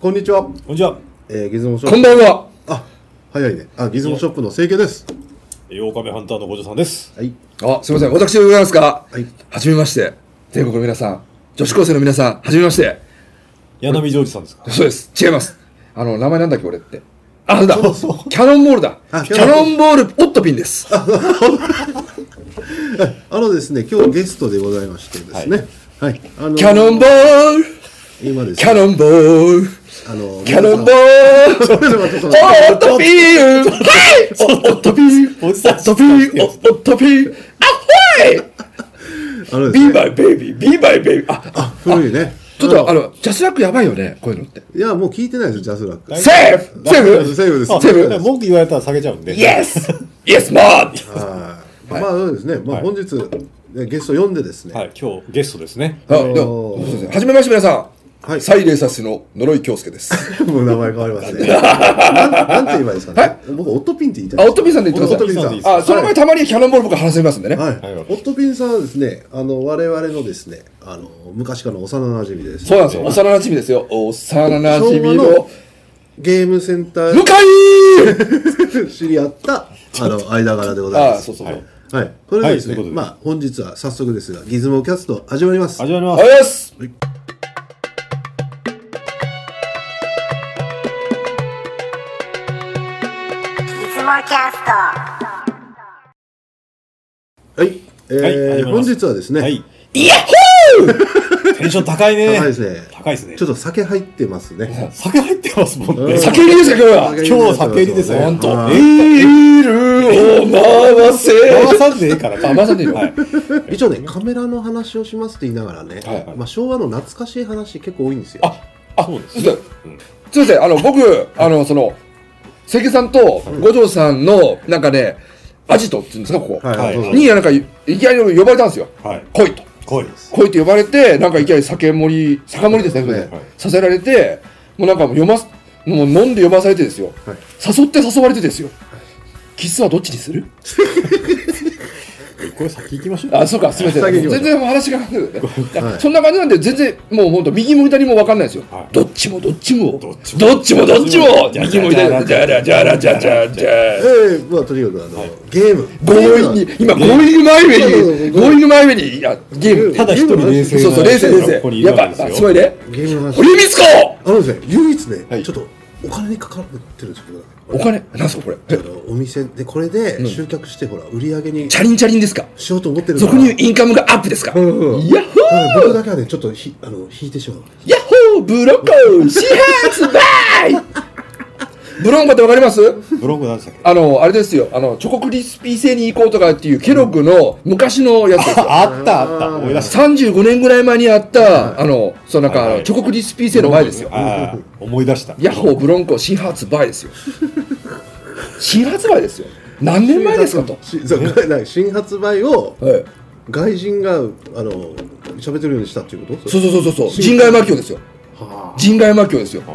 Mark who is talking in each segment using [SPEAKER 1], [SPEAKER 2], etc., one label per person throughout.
[SPEAKER 1] こんにちは。
[SPEAKER 2] こんにちは。
[SPEAKER 1] えー、ギズモショッ
[SPEAKER 3] こ
[SPEAKER 1] プ。
[SPEAKER 3] んばんは。
[SPEAKER 1] あ、早いね。あ、ギズモショップの清家です。
[SPEAKER 2] 8日目ハンターの五条さんです。
[SPEAKER 1] はい。
[SPEAKER 3] あ、すみません。私でございますか。
[SPEAKER 1] はい。
[SPEAKER 3] はじめまして。全国の皆さん、女子高生の皆さん、はじめまして。
[SPEAKER 2] 柳ジョージさんですか。
[SPEAKER 3] そうです。違います。あの、名前なんだっけ、俺って。あ、そうだ。
[SPEAKER 1] そうそう
[SPEAKER 3] キャノンボールだ
[SPEAKER 1] あ。
[SPEAKER 3] キャノンボール、オットピンです。
[SPEAKER 1] あのですね、今日ゲストでございましてですね。はい。あの
[SPEAKER 3] キャノンボール、
[SPEAKER 1] 今です、ね。
[SPEAKER 3] キャノンボール、
[SPEAKER 1] あの、
[SPEAKER 3] キャノンボ
[SPEAKER 1] ー
[SPEAKER 3] ール、
[SPEAKER 1] ちょっと
[SPEAKER 3] オットピンはいオットピンオ
[SPEAKER 2] おじさん
[SPEAKER 3] ットピンオットピンあはい
[SPEAKER 1] あので
[SPEAKER 3] ビ
[SPEAKER 1] す
[SPEAKER 3] ー
[SPEAKER 1] ね、
[SPEAKER 3] バイベイビービーバイベイビーあ、
[SPEAKER 1] あ、古いね。
[SPEAKER 3] ちょっとあの、ジャスラックやばいよね、こういうのって。
[SPEAKER 1] いや、もう聞いてないですよ、ジャスラック。
[SPEAKER 3] セーフセーフ
[SPEAKER 1] セーフです。
[SPEAKER 2] あ
[SPEAKER 1] セーフです。
[SPEAKER 2] 文句言われたら下げちゃうんで。
[SPEAKER 3] Yes! Yes, Mod!
[SPEAKER 1] はい。まあ、そうですね。まあ、
[SPEAKER 2] はい
[SPEAKER 1] 本日、ねゲスト呼んでですね。
[SPEAKER 2] はい、今日ゲストですね。
[SPEAKER 3] あどうもすいませんはじめまして皆さん、
[SPEAKER 1] はい
[SPEAKER 3] サイレーサスの呪い京介です。あ、
[SPEAKER 1] もう名前変わりますね。なんなんて言えばいいですかね。僕、オットピンって言いたい。
[SPEAKER 3] オットピンさんで言ってくだ
[SPEAKER 1] オット
[SPEAKER 3] さい。
[SPEAKER 1] ピンさん
[SPEAKER 3] あ、その前たまにキャノンボール僕話せますんでね。
[SPEAKER 1] はい、
[SPEAKER 2] はい
[SPEAKER 1] オットピンさんはですね、あの我々のですね、あの昔からの幼馴染みです、
[SPEAKER 3] そうなんですよ。幼馴染ですよ。幼馴
[SPEAKER 1] 昭
[SPEAKER 3] 染
[SPEAKER 1] 和
[SPEAKER 3] の
[SPEAKER 1] のゲームセンター
[SPEAKER 3] 向井
[SPEAKER 1] で 知り合ったあの間柄でございま
[SPEAKER 3] あ、
[SPEAKER 1] す。
[SPEAKER 3] そうそうそう。あ
[SPEAKER 2] は
[SPEAKER 3] り
[SPEAKER 2] い
[SPEAKER 3] がとう
[SPEAKER 1] はい、それではですね、
[SPEAKER 2] はいということで
[SPEAKER 1] まあ本日は早速ですが、ギズモキャスト始まります。
[SPEAKER 2] 始まりま
[SPEAKER 3] ご
[SPEAKER 2] す。
[SPEAKER 3] ざいます。
[SPEAKER 1] は
[SPEAKER 4] いつもキャスト
[SPEAKER 1] い、えー
[SPEAKER 2] はい始まりま
[SPEAKER 1] 本
[SPEAKER 2] す
[SPEAKER 1] 日はですね、
[SPEAKER 2] はい。イヤッホー。テンション高いね。
[SPEAKER 1] 高いですね
[SPEAKER 2] 高いですね
[SPEAKER 1] ちょ。っと酒入ってます ね。
[SPEAKER 2] 酒入ってますもんね。
[SPEAKER 3] 酒入りですか、今日は。
[SPEAKER 2] 今日酒入りですよ。
[SPEAKER 1] 本当。
[SPEAKER 2] 本当
[SPEAKER 1] は
[SPEAKER 2] え
[SPEAKER 1] い
[SPEAKER 3] ビールを回せ。
[SPEAKER 2] 回さんでいいから。
[SPEAKER 3] あ、回さんでいいの
[SPEAKER 2] はい。
[SPEAKER 1] 一応ね、カメラの話をしますって言いながらね、
[SPEAKER 3] はいはい
[SPEAKER 1] まあ、昭和の懐かしい話結構多いんですよ。
[SPEAKER 3] あ、あ、そう
[SPEAKER 2] です
[SPEAKER 3] すいません。すいません、あの、僕、あの、その、関さんと五条さんの、なんかね、アジトっていうんですか、ここ。
[SPEAKER 2] はい
[SPEAKER 1] どうぞ
[SPEAKER 3] に、なんか、いきなり呼ばれたんですよ。
[SPEAKER 2] はい。
[SPEAKER 3] 来いと。
[SPEAKER 2] 濃い。
[SPEAKER 3] 来いと呼ばれて、なんかいきなり酒盛り、酒盛りですね、それで
[SPEAKER 2] はい
[SPEAKER 3] させられて、もうなんかもう読ます、もう飲んで呼ばされてですよ。
[SPEAKER 1] はい
[SPEAKER 3] 誘って誘われてですよ。キスはどっちにする
[SPEAKER 2] これ先行きましょう。
[SPEAKER 3] あ、そうか、すみませ
[SPEAKER 1] 先
[SPEAKER 3] ん。
[SPEAKER 1] に行きましょう
[SPEAKER 3] 全然話が、ね
[SPEAKER 1] い
[SPEAKER 3] そんな感じなんで、全然、もう本当、右も左も分かんないですよ
[SPEAKER 2] はい。
[SPEAKER 3] どっちもどっちも。
[SPEAKER 2] ど
[SPEAKER 3] ど
[SPEAKER 2] っ
[SPEAKER 3] っ
[SPEAKER 2] ち
[SPEAKER 3] ち
[SPEAKER 2] も
[SPEAKER 3] もどっちも。
[SPEAKER 2] どっち
[SPEAKER 3] 右
[SPEAKER 2] も
[SPEAKER 3] も左も。じゃらじゃらじゃじゃじゃ。
[SPEAKER 1] ええまあとにかくあの、ゲーム。
[SPEAKER 3] 強引に、今、強引の前上に、強引の前上に、いや、ゲーム。
[SPEAKER 2] ただ一人冷静な
[SPEAKER 3] そうそう、冷静
[SPEAKER 2] 人がここに
[SPEAKER 3] 冷
[SPEAKER 2] いる
[SPEAKER 3] 静。やっ
[SPEAKER 2] わけです
[SPEAKER 3] ぱ、
[SPEAKER 2] よ
[SPEAKER 3] すごいね。
[SPEAKER 1] ゲームの話。
[SPEAKER 3] 堀光子
[SPEAKER 1] あのですね、唯一ね、
[SPEAKER 3] はい
[SPEAKER 1] ちょっとお金にかかってるんですよ、こ
[SPEAKER 3] お金、なんすか、これ。
[SPEAKER 1] れ。あのお店で、これで集客して、ほら、売り上げに
[SPEAKER 3] チャリンチャリンですか
[SPEAKER 1] しようと思ってるから
[SPEAKER 3] 俗に言うインカムがアップですかヤ
[SPEAKER 1] んうん
[SPEAKER 3] ッ
[SPEAKER 1] だ
[SPEAKER 3] ホ
[SPEAKER 1] から僕だけはね、ちょっとひあの引いてしまう。
[SPEAKER 3] ーヤッホーブロッコ始発売ブロンコってわかります
[SPEAKER 2] ブログなんでしたっけ。
[SPEAKER 3] あの、あれですよ、あの、チョコクリスピー製に行こうとかっていう、ケロッグの昔のやつですよ。
[SPEAKER 2] ああったあった。思い出した。
[SPEAKER 3] 35年ぐらい前にあった、あの、そうなんか、
[SPEAKER 2] はいはい
[SPEAKER 3] チョコクリスピー製の前ですよ。
[SPEAKER 2] ああ思い出した。
[SPEAKER 3] ヤッホーブロンコ新発売ですよ。新発売ですよ。何年前ですかと。
[SPEAKER 1] し そうだから新発売を
[SPEAKER 3] はい
[SPEAKER 1] 外人があの喋ってるようにしたっていうこと
[SPEAKER 3] そうそうそうそうそう、
[SPEAKER 1] 新
[SPEAKER 3] 人外魔境ですよ。
[SPEAKER 1] はあ
[SPEAKER 3] 人外魔境ですよ。
[SPEAKER 2] おー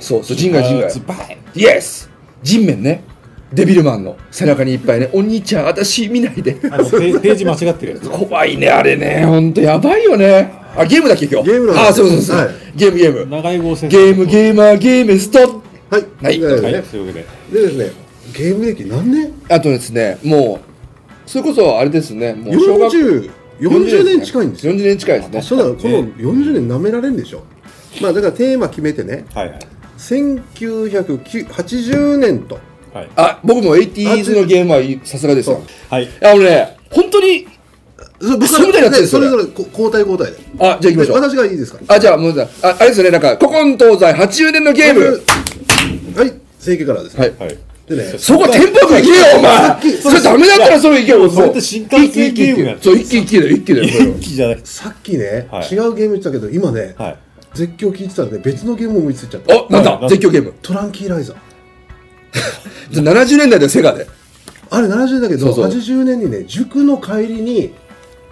[SPEAKER 3] そうそう、人外人外。
[SPEAKER 2] バイ
[SPEAKER 3] イエス人面ね。デビルマンの背中にいっぱいね、お兄ちゃん、私見ないで。
[SPEAKER 2] あのペーページ間違ってるやつ。
[SPEAKER 3] 怖いね、あれね。ほんと、やばいよね。あ、ゲームだっけ、今日。
[SPEAKER 1] ゲームなんだ
[SPEAKER 3] あ、そうそうそう。
[SPEAKER 1] はい
[SPEAKER 3] ゲーム、ゲーム。
[SPEAKER 2] 長い号線。
[SPEAKER 3] ゲーム、ゲーマー、ゲーム、スト
[SPEAKER 1] はい、
[SPEAKER 3] はい
[SPEAKER 1] で
[SPEAKER 2] はい、
[SPEAKER 1] ね
[SPEAKER 2] というわけで。
[SPEAKER 1] でですね、ゲーム歴何年
[SPEAKER 3] あとですね、もう、それこそあれですね、もう小学
[SPEAKER 1] ?40、40年近いんですよ。
[SPEAKER 3] 40年近いです
[SPEAKER 1] そ
[SPEAKER 3] ね。
[SPEAKER 1] うだからこの40年舐められんでしょ。まあだからテーマ決めてね、
[SPEAKER 2] はいはい。
[SPEAKER 1] 1980年と。
[SPEAKER 2] はい。
[SPEAKER 3] あ、僕も 80s のゲームはさすがですよ。
[SPEAKER 2] はい。
[SPEAKER 3] あのね、本当に、
[SPEAKER 1] そ
[SPEAKER 3] クソみたいなやつです
[SPEAKER 1] そ
[SPEAKER 3] よ
[SPEAKER 1] れぞ
[SPEAKER 3] ね
[SPEAKER 1] れこ交代交代で。
[SPEAKER 3] あ、じゃあ行きましょう。
[SPEAKER 1] 私がいいですか
[SPEAKER 3] あ、じゃあ、もうだ、あ、あれですよね、なんか、古今東西80年のゲーム。
[SPEAKER 1] はい、正規からですね。
[SPEAKER 3] はい。
[SPEAKER 2] はい。
[SPEAKER 1] でね、
[SPEAKER 3] そこテンポよく行けよ、お前それダメだったらそれ行けよ、
[SPEAKER 2] それって新幹線ゲームやん
[SPEAKER 3] そう、一気一気だよ、一気だよ、それは
[SPEAKER 2] 元気じゃない。
[SPEAKER 1] さっきね、
[SPEAKER 2] はい
[SPEAKER 1] 違うゲーム言ってたけど、今ね、
[SPEAKER 2] はい。
[SPEAKER 1] 絶叫聞いてたらね、別のゲーム思いついちゃった。
[SPEAKER 3] お、なんだ
[SPEAKER 2] はい
[SPEAKER 3] 絶叫ゲーム。
[SPEAKER 1] トランキーライザー。
[SPEAKER 3] じゃあ70年代でセガで。
[SPEAKER 1] あれ70年だけど、
[SPEAKER 3] そうそう
[SPEAKER 1] 80年にね、塾の帰りに、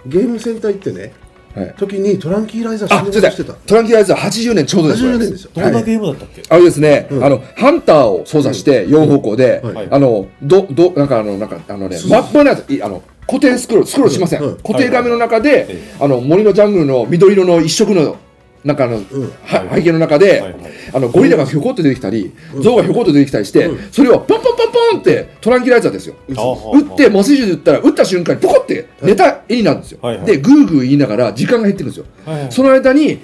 [SPEAKER 1] ゲームセンター行ってね、
[SPEAKER 3] はい
[SPEAKER 1] 時にトランキーライザー
[SPEAKER 3] あ、
[SPEAKER 1] し
[SPEAKER 3] すい
[SPEAKER 1] て
[SPEAKER 3] ま
[SPEAKER 1] し
[SPEAKER 3] せ
[SPEAKER 1] て
[SPEAKER 3] ん
[SPEAKER 1] た。。
[SPEAKER 3] トランキーライズは80年ちょうどです。
[SPEAKER 1] 80年ですよ。
[SPEAKER 2] どんなゲームだったっけ
[SPEAKER 3] あれですね、
[SPEAKER 1] うん
[SPEAKER 3] あの、ハンターを操作して、4方向で、
[SPEAKER 1] はい
[SPEAKER 3] あの、ど、ど、なんかあの、なんか、あのね、マップのやつ、いあの、固定スクロール、スクロールしません。
[SPEAKER 1] うん
[SPEAKER 3] 固定画面の中
[SPEAKER 2] い
[SPEAKER 3] で、あの、森のジャングルの緑色の一色のなんかあの、
[SPEAKER 1] ん
[SPEAKER 3] は背景の中で、
[SPEAKER 2] はいはい
[SPEAKER 3] あのゴリラがひょこっと出てきたり、象がひょこっと出てきたりして、それをポンポンポンポンってトランキライザーですよ。
[SPEAKER 2] あはあ
[SPEAKER 3] 打って麻酔銃で打ったら打った瞬間にポコって寝た絵になるんですよ、
[SPEAKER 2] はいはい
[SPEAKER 3] でグーグー言いながら時間が減っていくんですよ、
[SPEAKER 2] はいはい
[SPEAKER 3] その間に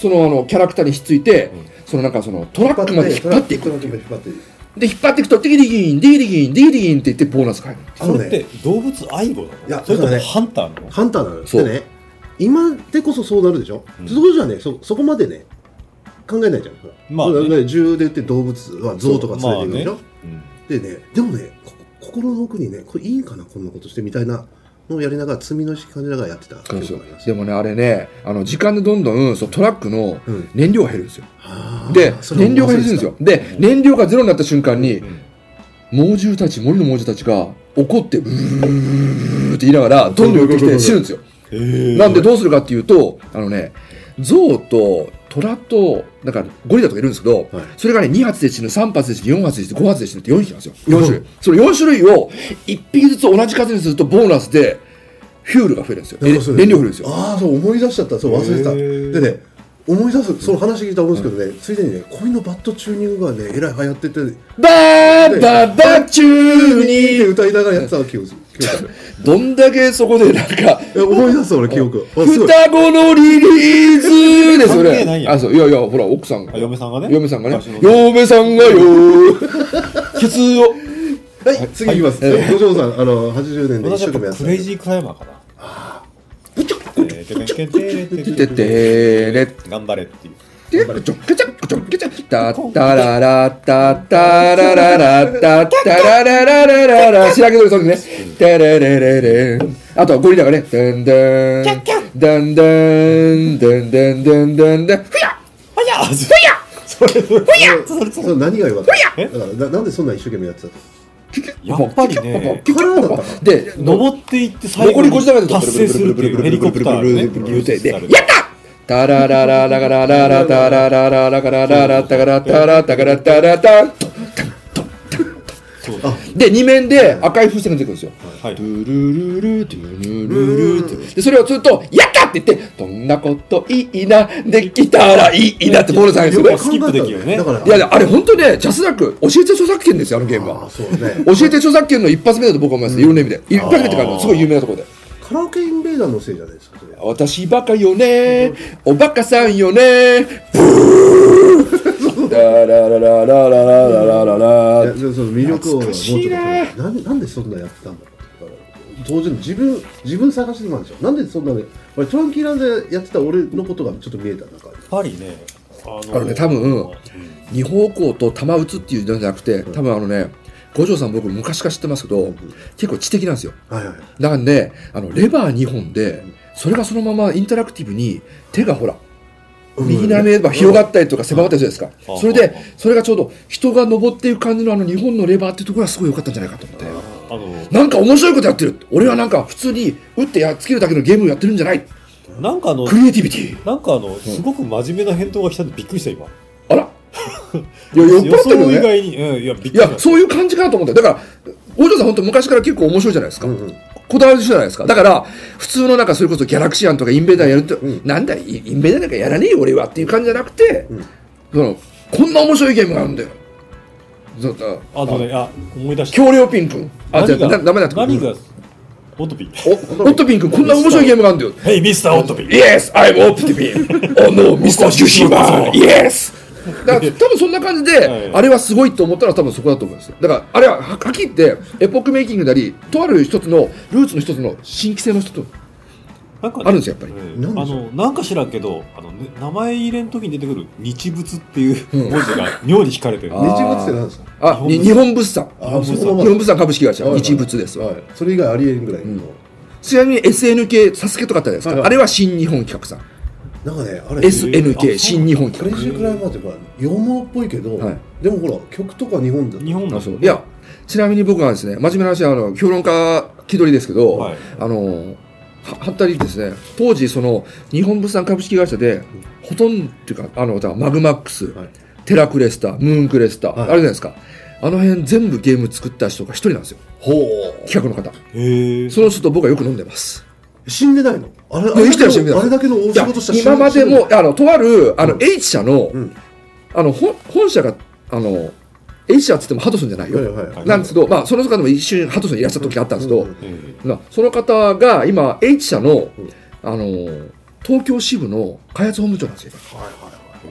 [SPEAKER 3] そのあのキャラクターにひっついて、そのなんかそのトラックまで引っ張っていく
[SPEAKER 1] トラックまで引っ張っていく
[SPEAKER 3] で引っ張っていくとディギディギンディギディギンディギディギンって言ってボーナス入る
[SPEAKER 1] あ
[SPEAKER 2] そ
[SPEAKER 1] の
[SPEAKER 2] れって
[SPEAKER 1] ね
[SPEAKER 2] 動物愛護
[SPEAKER 1] いや
[SPEAKER 2] なのそ
[SPEAKER 1] そ
[SPEAKER 2] れと
[SPEAKER 1] うだ
[SPEAKER 2] も
[SPEAKER 1] ね
[SPEAKER 2] ハンターなの
[SPEAKER 1] ハンターなのよ
[SPEAKER 3] そう
[SPEAKER 1] でね今でこそそうなるでしょ、そこじゃねそそこまでね考えないじゃんほら
[SPEAKER 2] まあね
[SPEAKER 1] そうだね銃で撃って動物は象とか連れていくでしょ、
[SPEAKER 2] まあね
[SPEAKER 1] でね、でもね、こ心の奥にね、これいいかな、こんなことしてみたいなのをやりながら、罪の意識感じながらやってた
[SPEAKER 3] そうです
[SPEAKER 1] 記
[SPEAKER 3] よ
[SPEAKER 1] 憶があります
[SPEAKER 3] でもねあれねあの時間でどんどんそうトラックの
[SPEAKER 1] うん
[SPEAKER 3] 燃料が減るんですよ、
[SPEAKER 1] あー
[SPEAKER 3] で
[SPEAKER 1] それは
[SPEAKER 3] 燃料が減るんですよで燃料がゼロになった瞬間に、猛獣たち森の猛獣たちが怒ってうーって言いながらどんどん寄ってきて死ぬんですよ
[SPEAKER 2] え
[SPEAKER 3] なんでどうするかっていうと、あのね、象と虎と、なんかゴリラとかいるんですけど、
[SPEAKER 1] はい
[SPEAKER 3] それがね、2発で死ぬ、3発で死ぬ、4発で死ぬ、5発で死ぬって4匹なんですよ。4種類。その4種類を1匹ずつ同じ数にするとボーナスで、フュールが増えるんですよ。
[SPEAKER 1] なんかそ
[SPEAKER 3] え
[SPEAKER 1] れ
[SPEAKER 3] 燃料増えるんですよ。
[SPEAKER 1] ああ、そう、思い出しちゃった、そう、忘れてた。
[SPEAKER 2] へー
[SPEAKER 1] でね、思い出す、その話聞いたら思うんですけどね、ついでにね、恋のバットチューニングがね、えらい流行ってて、
[SPEAKER 3] バーバーバーチュ
[SPEAKER 1] っ
[SPEAKER 3] ー
[SPEAKER 1] て
[SPEAKER 3] に
[SPEAKER 1] 歌いながらやってた記憶記憶ある
[SPEAKER 3] どんだけそこでなんか、
[SPEAKER 1] え思い出す、俺、記憶。あすごい。
[SPEAKER 3] 双子のリリースですよ
[SPEAKER 2] 関係ない
[SPEAKER 3] ね。
[SPEAKER 2] やん
[SPEAKER 3] あ、そう。いやいや、ほら、奥さんが
[SPEAKER 2] あ。嫁さんがね
[SPEAKER 3] 嫁さんがね
[SPEAKER 2] 昔の。
[SPEAKER 3] 嫁さんがよー。普通を。
[SPEAKER 1] はい、次いきます。五条さん、あの、80年で一
[SPEAKER 2] 私
[SPEAKER 1] 生
[SPEAKER 2] は
[SPEAKER 1] 懸命
[SPEAKER 2] や
[SPEAKER 1] や
[SPEAKER 2] っ
[SPEAKER 1] っ
[SPEAKER 2] ぱ
[SPEAKER 1] て
[SPEAKER 2] ク
[SPEAKER 1] た
[SPEAKER 2] レイジークライマーかなえーてめんけんてれ
[SPEAKER 3] ててれって
[SPEAKER 2] 頑張れっていう
[SPEAKER 3] ちょっけちゃちょっけちゃたったららたたらららたたらららららら白毛鳥ソングねてれれれれあとはゴリラがねでんでんでんでんでんでんでんでんでんふや
[SPEAKER 2] あいやそれそれそれそれ
[SPEAKER 1] それ何が良かった
[SPEAKER 2] え
[SPEAKER 1] だからななんでそんな一生懸命やってたの
[SPEAKER 2] やっぱりね
[SPEAKER 1] カラーだったから
[SPEAKER 3] で
[SPEAKER 2] 登っていって最後
[SPEAKER 3] 残り
[SPEAKER 2] に
[SPEAKER 3] 5時間で
[SPEAKER 2] 達成するっていうヘリコプターね
[SPEAKER 3] 言うてでやったタララララララララタラララララララタカラタラタカラタラタン
[SPEAKER 2] そう
[SPEAKER 3] で2面で赤い風船が出てくるんですよ
[SPEAKER 2] はい
[SPEAKER 3] ドゥルルルドゥルルルってでそれをすると「やった!」って言って「どんなこといいなできたらいいな」ってボールさんが
[SPEAKER 2] よく
[SPEAKER 3] 言う
[SPEAKER 2] 考え
[SPEAKER 3] んです
[SPEAKER 2] スキップできるよね
[SPEAKER 1] だから
[SPEAKER 3] よいやあれ本当ねジャスダック教えて著作権ですよあのゲーム
[SPEAKER 1] あ
[SPEAKER 3] は
[SPEAKER 1] あそうね
[SPEAKER 3] 教えて著作権の一発目だと僕は思いますいろんな意味で一発目ってかあのすごい有名なところで
[SPEAKER 1] カラオケインベーダーのせいじゃないですかそれ
[SPEAKER 3] 私バカよねおバカさんよねブーラララララララララ
[SPEAKER 1] い
[SPEAKER 3] ラ
[SPEAKER 1] やそうそう魅力をもうちょっ
[SPEAKER 3] 懐かしい
[SPEAKER 1] と
[SPEAKER 3] な
[SPEAKER 1] なんでなんでそんなやってたんだろうって当時の自分自分探してたんでしょなんでそんなね俺トランキーランでやってた俺のことがちょっと見えたなんか
[SPEAKER 2] やっぱりねあ
[SPEAKER 3] あのね多分二方向と球打つっていうのじゃなくて多分あのね五条さん僕昔から知ってますけど結構知的なんですよ
[SPEAKER 1] はいはい
[SPEAKER 3] だからねあのレバー2本でそれがそのままインタラクティブに手がほら右斜めれば広がったりとか狭まったりするじゃないで
[SPEAKER 2] う
[SPEAKER 3] すか
[SPEAKER 2] ん
[SPEAKER 3] それでそれがちょうど人が登っていく感じのあの日本のレバーっていうところがすごい良かったんじゃないかと思って。
[SPEAKER 2] あの
[SPEAKER 3] なんか面白いことやってる俺はなんか普通に打ってやっつけるだけのゲームをやってるんじゃない
[SPEAKER 2] なんかあの
[SPEAKER 3] クリエイティビティ
[SPEAKER 2] なんかあのすごく真面目な返答が来たんでびっくりした今
[SPEAKER 3] あらいや酔っ払
[SPEAKER 2] 予
[SPEAKER 3] って
[SPEAKER 2] 想
[SPEAKER 3] るよ
[SPEAKER 2] 以
[SPEAKER 3] ね
[SPEAKER 2] 外にうんいやびっ
[SPEAKER 3] い
[SPEAKER 2] くりした
[SPEAKER 3] やそういう感じかなと思っただから大城さん本当昔から結構面白いじゃないですか、
[SPEAKER 1] うんうん
[SPEAKER 3] こだわりの人じゃないですかだから普通のなんかそれこそギャラクシアンとかインベーダーやると、
[SPEAKER 1] ん
[SPEAKER 3] なんだイインベーダーなんかやらねえよ俺はっていう感じじゃなくて、
[SPEAKER 1] ん
[SPEAKER 3] そのこんな面白いゲームがあるんだよそうだ
[SPEAKER 2] あのねあ思い出した
[SPEAKER 3] 恐竜ピン君あじゃあ
[SPEAKER 2] 何
[SPEAKER 3] な
[SPEAKER 2] が
[SPEAKER 3] ダメだって
[SPEAKER 2] 何がオトピー
[SPEAKER 3] おオットピン君こんな面白いゲームがあるんだよ
[SPEAKER 2] Hey Mr. オトピー
[SPEAKER 3] Yes, I'm Optimin. oh no, Mr. シュシバー Yes! だから多分そんな感じで、
[SPEAKER 2] はい
[SPEAKER 3] あれはすごいと思ったら多分そこだと思うんですよ。だからあれはははっきり言ってエポックメイキングなりとある一つのルーツの一つの新規性の一つ
[SPEAKER 2] なんかね
[SPEAKER 3] あるんですよやっぱり
[SPEAKER 2] う
[SPEAKER 1] なん
[SPEAKER 2] ん
[SPEAKER 1] で
[SPEAKER 2] あ
[SPEAKER 1] しょう
[SPEAKER 2] のなんか知らんけどあの、ね、名前入れん時に出てくる日仏っていう文字が妙に引かれてる、
[SPEAKER 3] あ
[SPEAKER 1] 日
[SPEAKER 3] ー
[SPEAKER 1] 物って何ですか
[SPEAKER 3] あに日本物産
[SPEAKER 1] あー
[SPEAKER 3] 日
[SPEAKER 1] そのまま
[SPEAKER 3] 本物産株式会社
[SPEAKER 1] はいはい
[SPEAKER 3] 一物ですわ、
[SPEAKER 1] はいそれ以外ありえんぐらいの
[SPEAKER 3] ちなみに SNK サスケとかあったじゃないですか、
[SPEAKER 1] はいはい
[SPEAKER 3] あれは新日本企画さん
[SPEAKER 1] なんかねあれ
[SPEAKER 3] SNK 新日本
[SPEAKER 1] クレ
[SPEAKER 3] 企
[SPEAKER 1] イジークライマーってほら羊毛っぽいけど
[SPEAKER 3] はい
[SPEAKER 1] でもほら曲とか日本だ
[SPEAKER 2] 日本
[SPEAKER 3] 画
[SPEAKER 2] の
[SPEAKER 3] あそういやちなみに僕はですね真面目な話はあの評論家気取りですけど、
[SPEAKER 2] はい
[SPEAKER 3] あのははったりですね当時その日本物産株式会社でほとんどっていうかあのだからマグマックス、
[SPEAKER 1] はい
[SPEAKER 3] テラクレスタムーンクレスタ、
[SPEAKER 1] はい
[SPEAKER 3] あれじゃないですかあの辺全部ゲーム作った人が一人なんですよ
[SPEAKER 1] ほう
[SPEAKER 3] 企画の方
[SPEAKER 2] へえ
[SPEAKER 3] その人と僕はよく飲んでます
[SPEAKER 1] 死んでないのあれあ
[SPEAKER 3] や
[SPEAKER 1] れ
[SPEAKER 3] 生きて
[SPEAKER 1] だ
[SPEAKER 3] る死
[SPEAKER 1] け
[SPEAKER 3] んでな
[SPEAKER 1] の
[SPEAKER 3] い
[SPEAKER 1] あれだけの大仕事した
[SPEAKER 3] 今までも、あの、とある、あの、H 社の、
[SPEAKER 1] ん
[SPEAKER 3] あの、ほ本社が、あの、H 社っつってもハドソンじゃないよ。
[SPEAKER 1] はいはいはい
[SPEAKER 3] なんですけど、まあ、その中でも一瞬ハドソンにいらっしゃった時があったんですけど、
[SPEAKER 1] うんうん
[SPEAKER 2] え
[SPEAKER 3] なその方が今、H 社の、あの、東京支部の開発本部長なんですよ。
[SPEAKER 1] はいは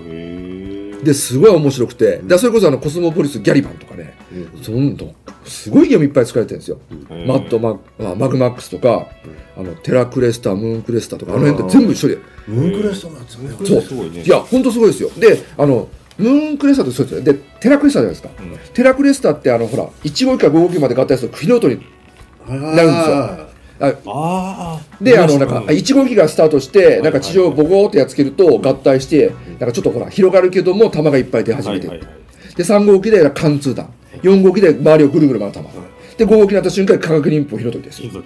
[SPEAKER 2] えへえ
[SPEAKER 3] ですごい面白くて、でそれこそあのコスモポリスギャリバンとかね、
[SPEAKER 1] いはい
[SPEAKER 3] どんどんすごいゲームいっぱい作られてるんですよ、
[SPEAKER 2] へえ
[SPEAKER 3] マッドマあマグマックスとか、あのテラクレスタームーンクレスターとかあの辺が全部一緒で、
[SPEAKER 1] ムーンクレストのやつね
[SPEAKER 2] これ
[SPEAKER 3] そう
[SPEAKER 2] すごいね
[SPEAKER 3] いや本当すごいですよであのムーンクレスターってそうですよねでテラクレスターじゃないですか、
[SPEAKER 2] うん
[SPEAKER 3] テラクレスターってあのほら1号機から5号機まで合体するとクリノートになるんですよ
[SPEAKER 1] あ
[SPEAKER 3] あ
[SPEAKER 2] ああ
[SPEAKER 3] であのなんか1号機からスタートしてなんか地上をボコーってやっつけると合体してなんかちょっとほら広がるけども弾がいっぱい出始めてる、
[SPEAKER 2] はいはいはい
[SPEAKER 3] で3号機で貫通弾4号機で周りをぐるぐる回る弾で5号機になった瞬間に科学忍法を拾う時です
[SPEAKER 2] 金属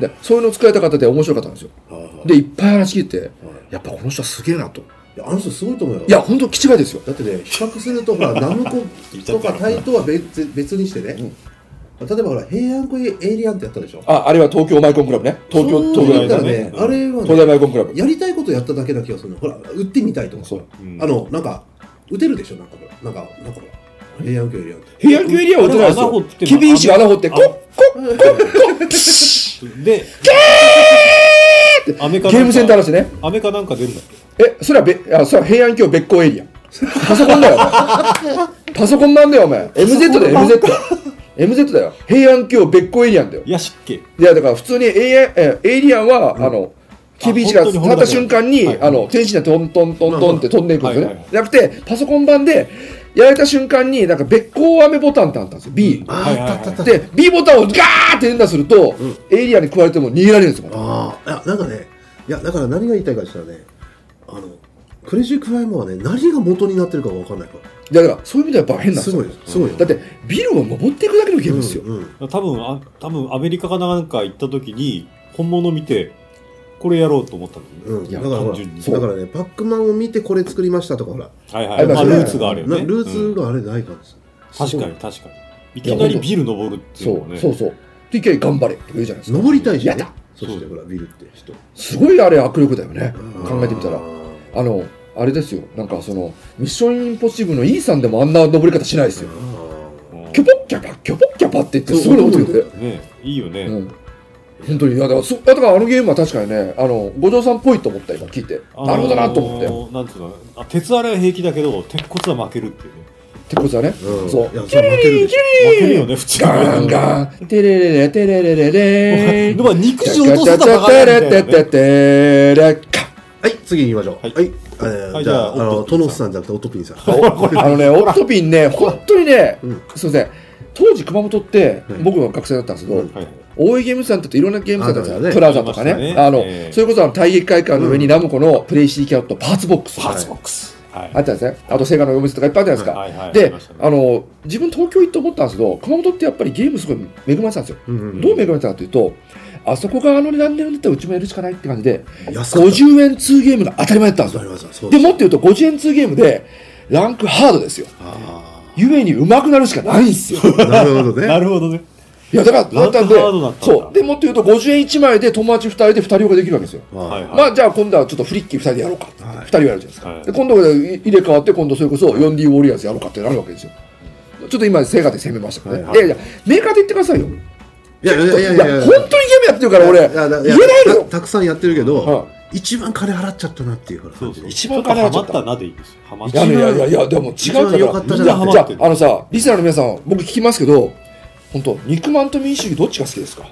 [SPEAKER 3] でそういうのを使えた方で面白かったんですよ
[SPEAKER 1] ーはい
[SPEAKER 3] でいっぱい話聞いてやっぱこの人はすげえなと
[SPEAKER 1] いやあの人すごいと思うよ
[SPEAKER 3] いや本当気違いですよ
[SPEAKER 1] だってね比較するとほ らナムコとかタイとは別別にしてね、例えばほら平安恋エイリアンってやったでしょ
[SPEAKER 3] ああれは東京マイコンクラブね東京
[SPEAKER 1] そう
[SPEAKER 3] 東
[SPEAKER 1] 言
[SPEAKER 3] 京
[SPEAKER 1] った
[SPEAKER 3] マ
[SPEAKER 1] ら
[SPEAKER 3] イコン
[SPEAKER 1] ね
[SPEAKER 2] 東
[SPEAKER 1] あ
[SPEAKER 2] 大
[SPEAKER 1] れは
[SPEAKER 3] 東大
[SPEAKER 1] ね
[SPEAKER 3] マイコンクラブ
[SPEAKER 1] やりたいことやっただけな気がするのほら売ってみたいとか
[SPEAKER 3] そう
[SPEAKER 1] あのなんか打てるでしょなんかほらなんかなんかほら平安恋エイリアンって
[SPEAKER 3] 平安京エリアは打てないです
[SPEAKER 2] 穴掘
[SPEAKER 3] よ
[SPEAKER 2] って
[SPEAKER 3] 厳しい穴掘って
[SPEAKER 2] あ
[SPEAKER 3] コッコッ
[SPEAKER 2] でアメか
[SPEAKER 3] ゲームセンターらしいね
[SPEAKER 2] アメかなんか出るんだっけ
[SPEAKER 3] えそれはべあそれは平安京別光エリアパソコ ンだよお前パソコン版だよお前 MZ だよ MZ MZ だよ平安京別光エリアンだよ
[SPEAKER 2] いやしっけ
[SPEAKER 3] いやだから普通にエイえエイリアンは、あの KBH が
[SPEAKER 2] 本当に
[SPEAKER 3] 立った瞬間に、
[SPEAKER 2] 本当に
[SPEAKER 3] あの天使がトントントントンって飛んでいくんですよね、
[SPEAKER 2] はいはいはい
[SPEAKER 3] じゃなくてパソコン版でやられた瞬間になんか別光雨ボタンってあったんですよ B、
[SPEAKER 1] あ
[SPEAKER 2] はいはいはい
[SPEAKER 1] あったあったあった
[SPEAKER 3] で B ボタンをガーって連打すると、エイリアンに食われても逃げられるんですよまた
[SPEAKER 1] ああいやなんかねいやだから何が言いたいかしたらねあのクレイジークライムはね何が元になってるかが分かんないか
[SPEAKER 3] いやだからそういう意味ではやっぱ変
[SPEAKER 1] ら
[SPEAKER 3] なんですすよ
[SPEAKER 1] ごいすごいよ
[SPEAKER 3] だってビルを登っていくだけのゲームですよ、
[SPEAKER 1] うんうん
[SPEAKER 2] 多分あ多分アメリカかなんか行った時に本物見てこれやろうと思ったのね、
[SPEAKER 1] うん、
[SPEAKER 3] いや
[SPEAKER 1] だからほら
[SPEAKER 2] 単純に
[SPEAKER 1] だからねパックマンを見てこれ作りましたとかほら
[SPEAKER 2] はいはい、
[SPEAKER 3] ま
[SPEAKER 2] ま
[SPEAKER 3] あ
[SPEAKER 2] あ、
[SPEAKER 3] それ
[SPEAKER 2] ルーツがあるよね
[SPEAKER 1] なルー
[SPEAKER 2] う
[SPEAKER 1] ツがあれないからです、
[SPEAKER 2] ん確かに確かにいきなりビル登るってい
[SPEAKER 3] そう
[SPEAKER 2] の
[SPEAKER 3] う
[SPEAKER 2] もね
[SPEAKER 3] そうそうでいきなり頑張れって言うじゃないですか
[SPEAKER 1] 登りたいし、ね、
[SPEAKER 3] やだ
[SPEAKER 1] そしてほらビルって人
[SPEAKER 3] すごいあれ握力だよね考えてみたら
[SPEAKER 1] あ
[SPEAKER 3] あの、あれですよ、なんかその、ミッションインポッシブルの E さんでもあんな登り方しないですよ。
[SPEAKER 1] ー
[SPEAKER 2] うん
[SPEAKER 3] キョポッキャパ、キョポッキャパって言って、すごい登ってく
[SPEAKER 2] ねいいよね、
[SPEAKER 3] れて。うん。本当に、いやだからそ、だからあのゲームは確かにね、あの、五条さんっぽいと思った、今聞いて。
[SPEAKER 2] あのー
[SPEAKER 3] なるほどなと思って。
[SPEAKER 2] なんつうのあ鉄あれは平気だけど鉄骨は負けるっていうね
[SPEAKER 3] 鉄骨はね、
[SPEAKER 1] うん
[SPEAKER 3] そう。
[SPEAKER 1] いやそれ負けるでしょ
[SPEAKER 2] 負けるよね普通
[SPEAKER 3] ガンガン、テレレレテレレレレ
[SPEAKER 2] でも肉汁落とす
[SPEAKER 3] チャチャチ
[SPEAKER 2] の
[SPEAKER 3] ャ
[SPEAKER 2] はバ
[SPEAKER 3] テ
[SPEAKER 2] カ
[SPEAKER 3] レ
[SPEAKER 2] なんだ
[SPEAKER 3] テ
[SPEAKER 2] よね
[SPEAKER 3] テテレ
[SPEAKER 1] は
[SPEAKER 3] カ
[SPEAKER 1] い次に行きましょう
[SPEAKER 2] はい
[SPEAKER 1] えー
[SPEAKER 2] はい
[SPEAKER 1] じゃあ
[SPEAKER 2] じゃあ
[SPEAKER 1] あの
[SPEAKER 2] オットピ
[SPEAKER 1] トノ
[SPEAKER 2] ンさん
[SPEAKER 1] スさんじゃなくてオットピンさん
[SPEAKER 3] あのね、オットピンね、本当にね
[SPEAKER 1] うん、
[SPEAKER 3] すいません。当時熊本って
[SPEAKER 1] うん、
[SPEAKER 3] 僕は学生だったんですけど、
[SPEAKER 2] はいはい
[SPEAKER 3] 大井ゲームズさんだっていろんなゲームさんだったんですよ
[SPEAKER 1] あ
[SPEAKER 3] プラザとか
[SPEAKER 2] ありま
[SPEAKER 3] ね
[SPEAKER 2] し。たね
[SPEAKER 3] あの、
[SPEAKER 2] ええ
[SPEAKER 3] それこそあの、体育会館の上にラムコのプレイシーキャットパーツボックス。
[SPEAKER 2] パーツボックスはい
[SPEAKER 3] あったんですね。あと、セガのお店とかいっぱいあったじゃな
[SPEAKER 2] はいい
[SPEAKER 3] です
[SPEAKER 2] はいは
[SPEAKER 3] か。
[SPEAKER 2] いあり
[SPEAKER 3] で
[SPEAKER 2] ましたね、
[SPEAKER 3] あの、自分東京行って思ったんですけど、熊本ってやっぱりゲームすごい恵まれてたんですよ。
[SPEAKER 1] うんうん
[SPEAKER 3] どう恵まれてたかというと、あそこがあの値段で売るんだったらうちもやるしかないって感じで、
[SPEAKER 1] 安かった
[SPEAKER 3] 50円2ゲームが当たり前だったんです
[SPEAKER 1] わか
[SPEAKER 3] よ。
[SPEAKER 1] りましたそう
[SPEAKER 3] で、
[SPEAKER 1] です
[SPEAKER 3] もっと言うと50円2ゲームで、ランクハードですよ。
[SPEAKER 1] あ
[SPEAKER 3] ゆえに上手くなるしかないんですよ。
[SPEAKER 1] ーなるほど
[SPEAKER 2] な
[SPEAKER 1] ね
[SPEAKER 2] るほどね
[SPEAKER 3] いやだから
[SPEAKER 2] ランク
[SPEAKER 3] 簡単で
[SPEAKER 2] ハードだったんだ
[SPEAKER 3] そうでもっと言うと50円1枚で友達2人で2人用ができるわけですよ、
[SPEAKER 1] はい
[SPEAKER 2] はい
[SPEAKER 3] まあじゃあ今度はちょっとフリッキー2人でやろうか、二2人をやるじゃないですか、
[SPEAKER 2] はい
[SPEAKER 3] で今度は入れ替わって今度それこそ 4D ウォリアーズやろうかってなるわけですよちょっと今セガで攻めましたけどね、
[SPEAKER 1] はいいはい
[SPEAKER 3] やいやメーカーで言ってくださいよ
[SPEAKER 1] いやいやい
[SPEAKER 3] い
[SPEAKER 1] や
[SPEAKER 3] や
[SPEAKER 1] いやいや
[SPEAKER 3] 本当にゲームやってるから俺
[SPEAKER 1] いやだ
[SPEAKER 3] 言えないの
[SPEAKER 1] や
[SPEAKER 3] よ
[SPEAKER 1] たたくさんやってるけ
[SPEAKER 3] は
[SPEAKER 1] ど一番金払っちゃったなっていうほら
[SPEAKER 2] そうそう
[SPEAKER 3] 一番
[SPEAKER 2] ちょっと
[SPEAKER 3] 金
[SPEAKER 2] ハ
[SPEAKER 3] 持ち
[SPEAKER 2] マ
[SPEAKER 3] だっ
[SPEAKER 2] ったたなでいいですよハマっ
[SPEAKER 3] いや
[SPEAKER 2] た
[SPEAKER 3] いやいやいやでも違う
[SPEAKER 1] 一番良かったじゃなくて
[SPEAKER 3] じゃああのさリスナーの皆さん僕聞きますけど本当肉まんと民主主義どっちが好きですか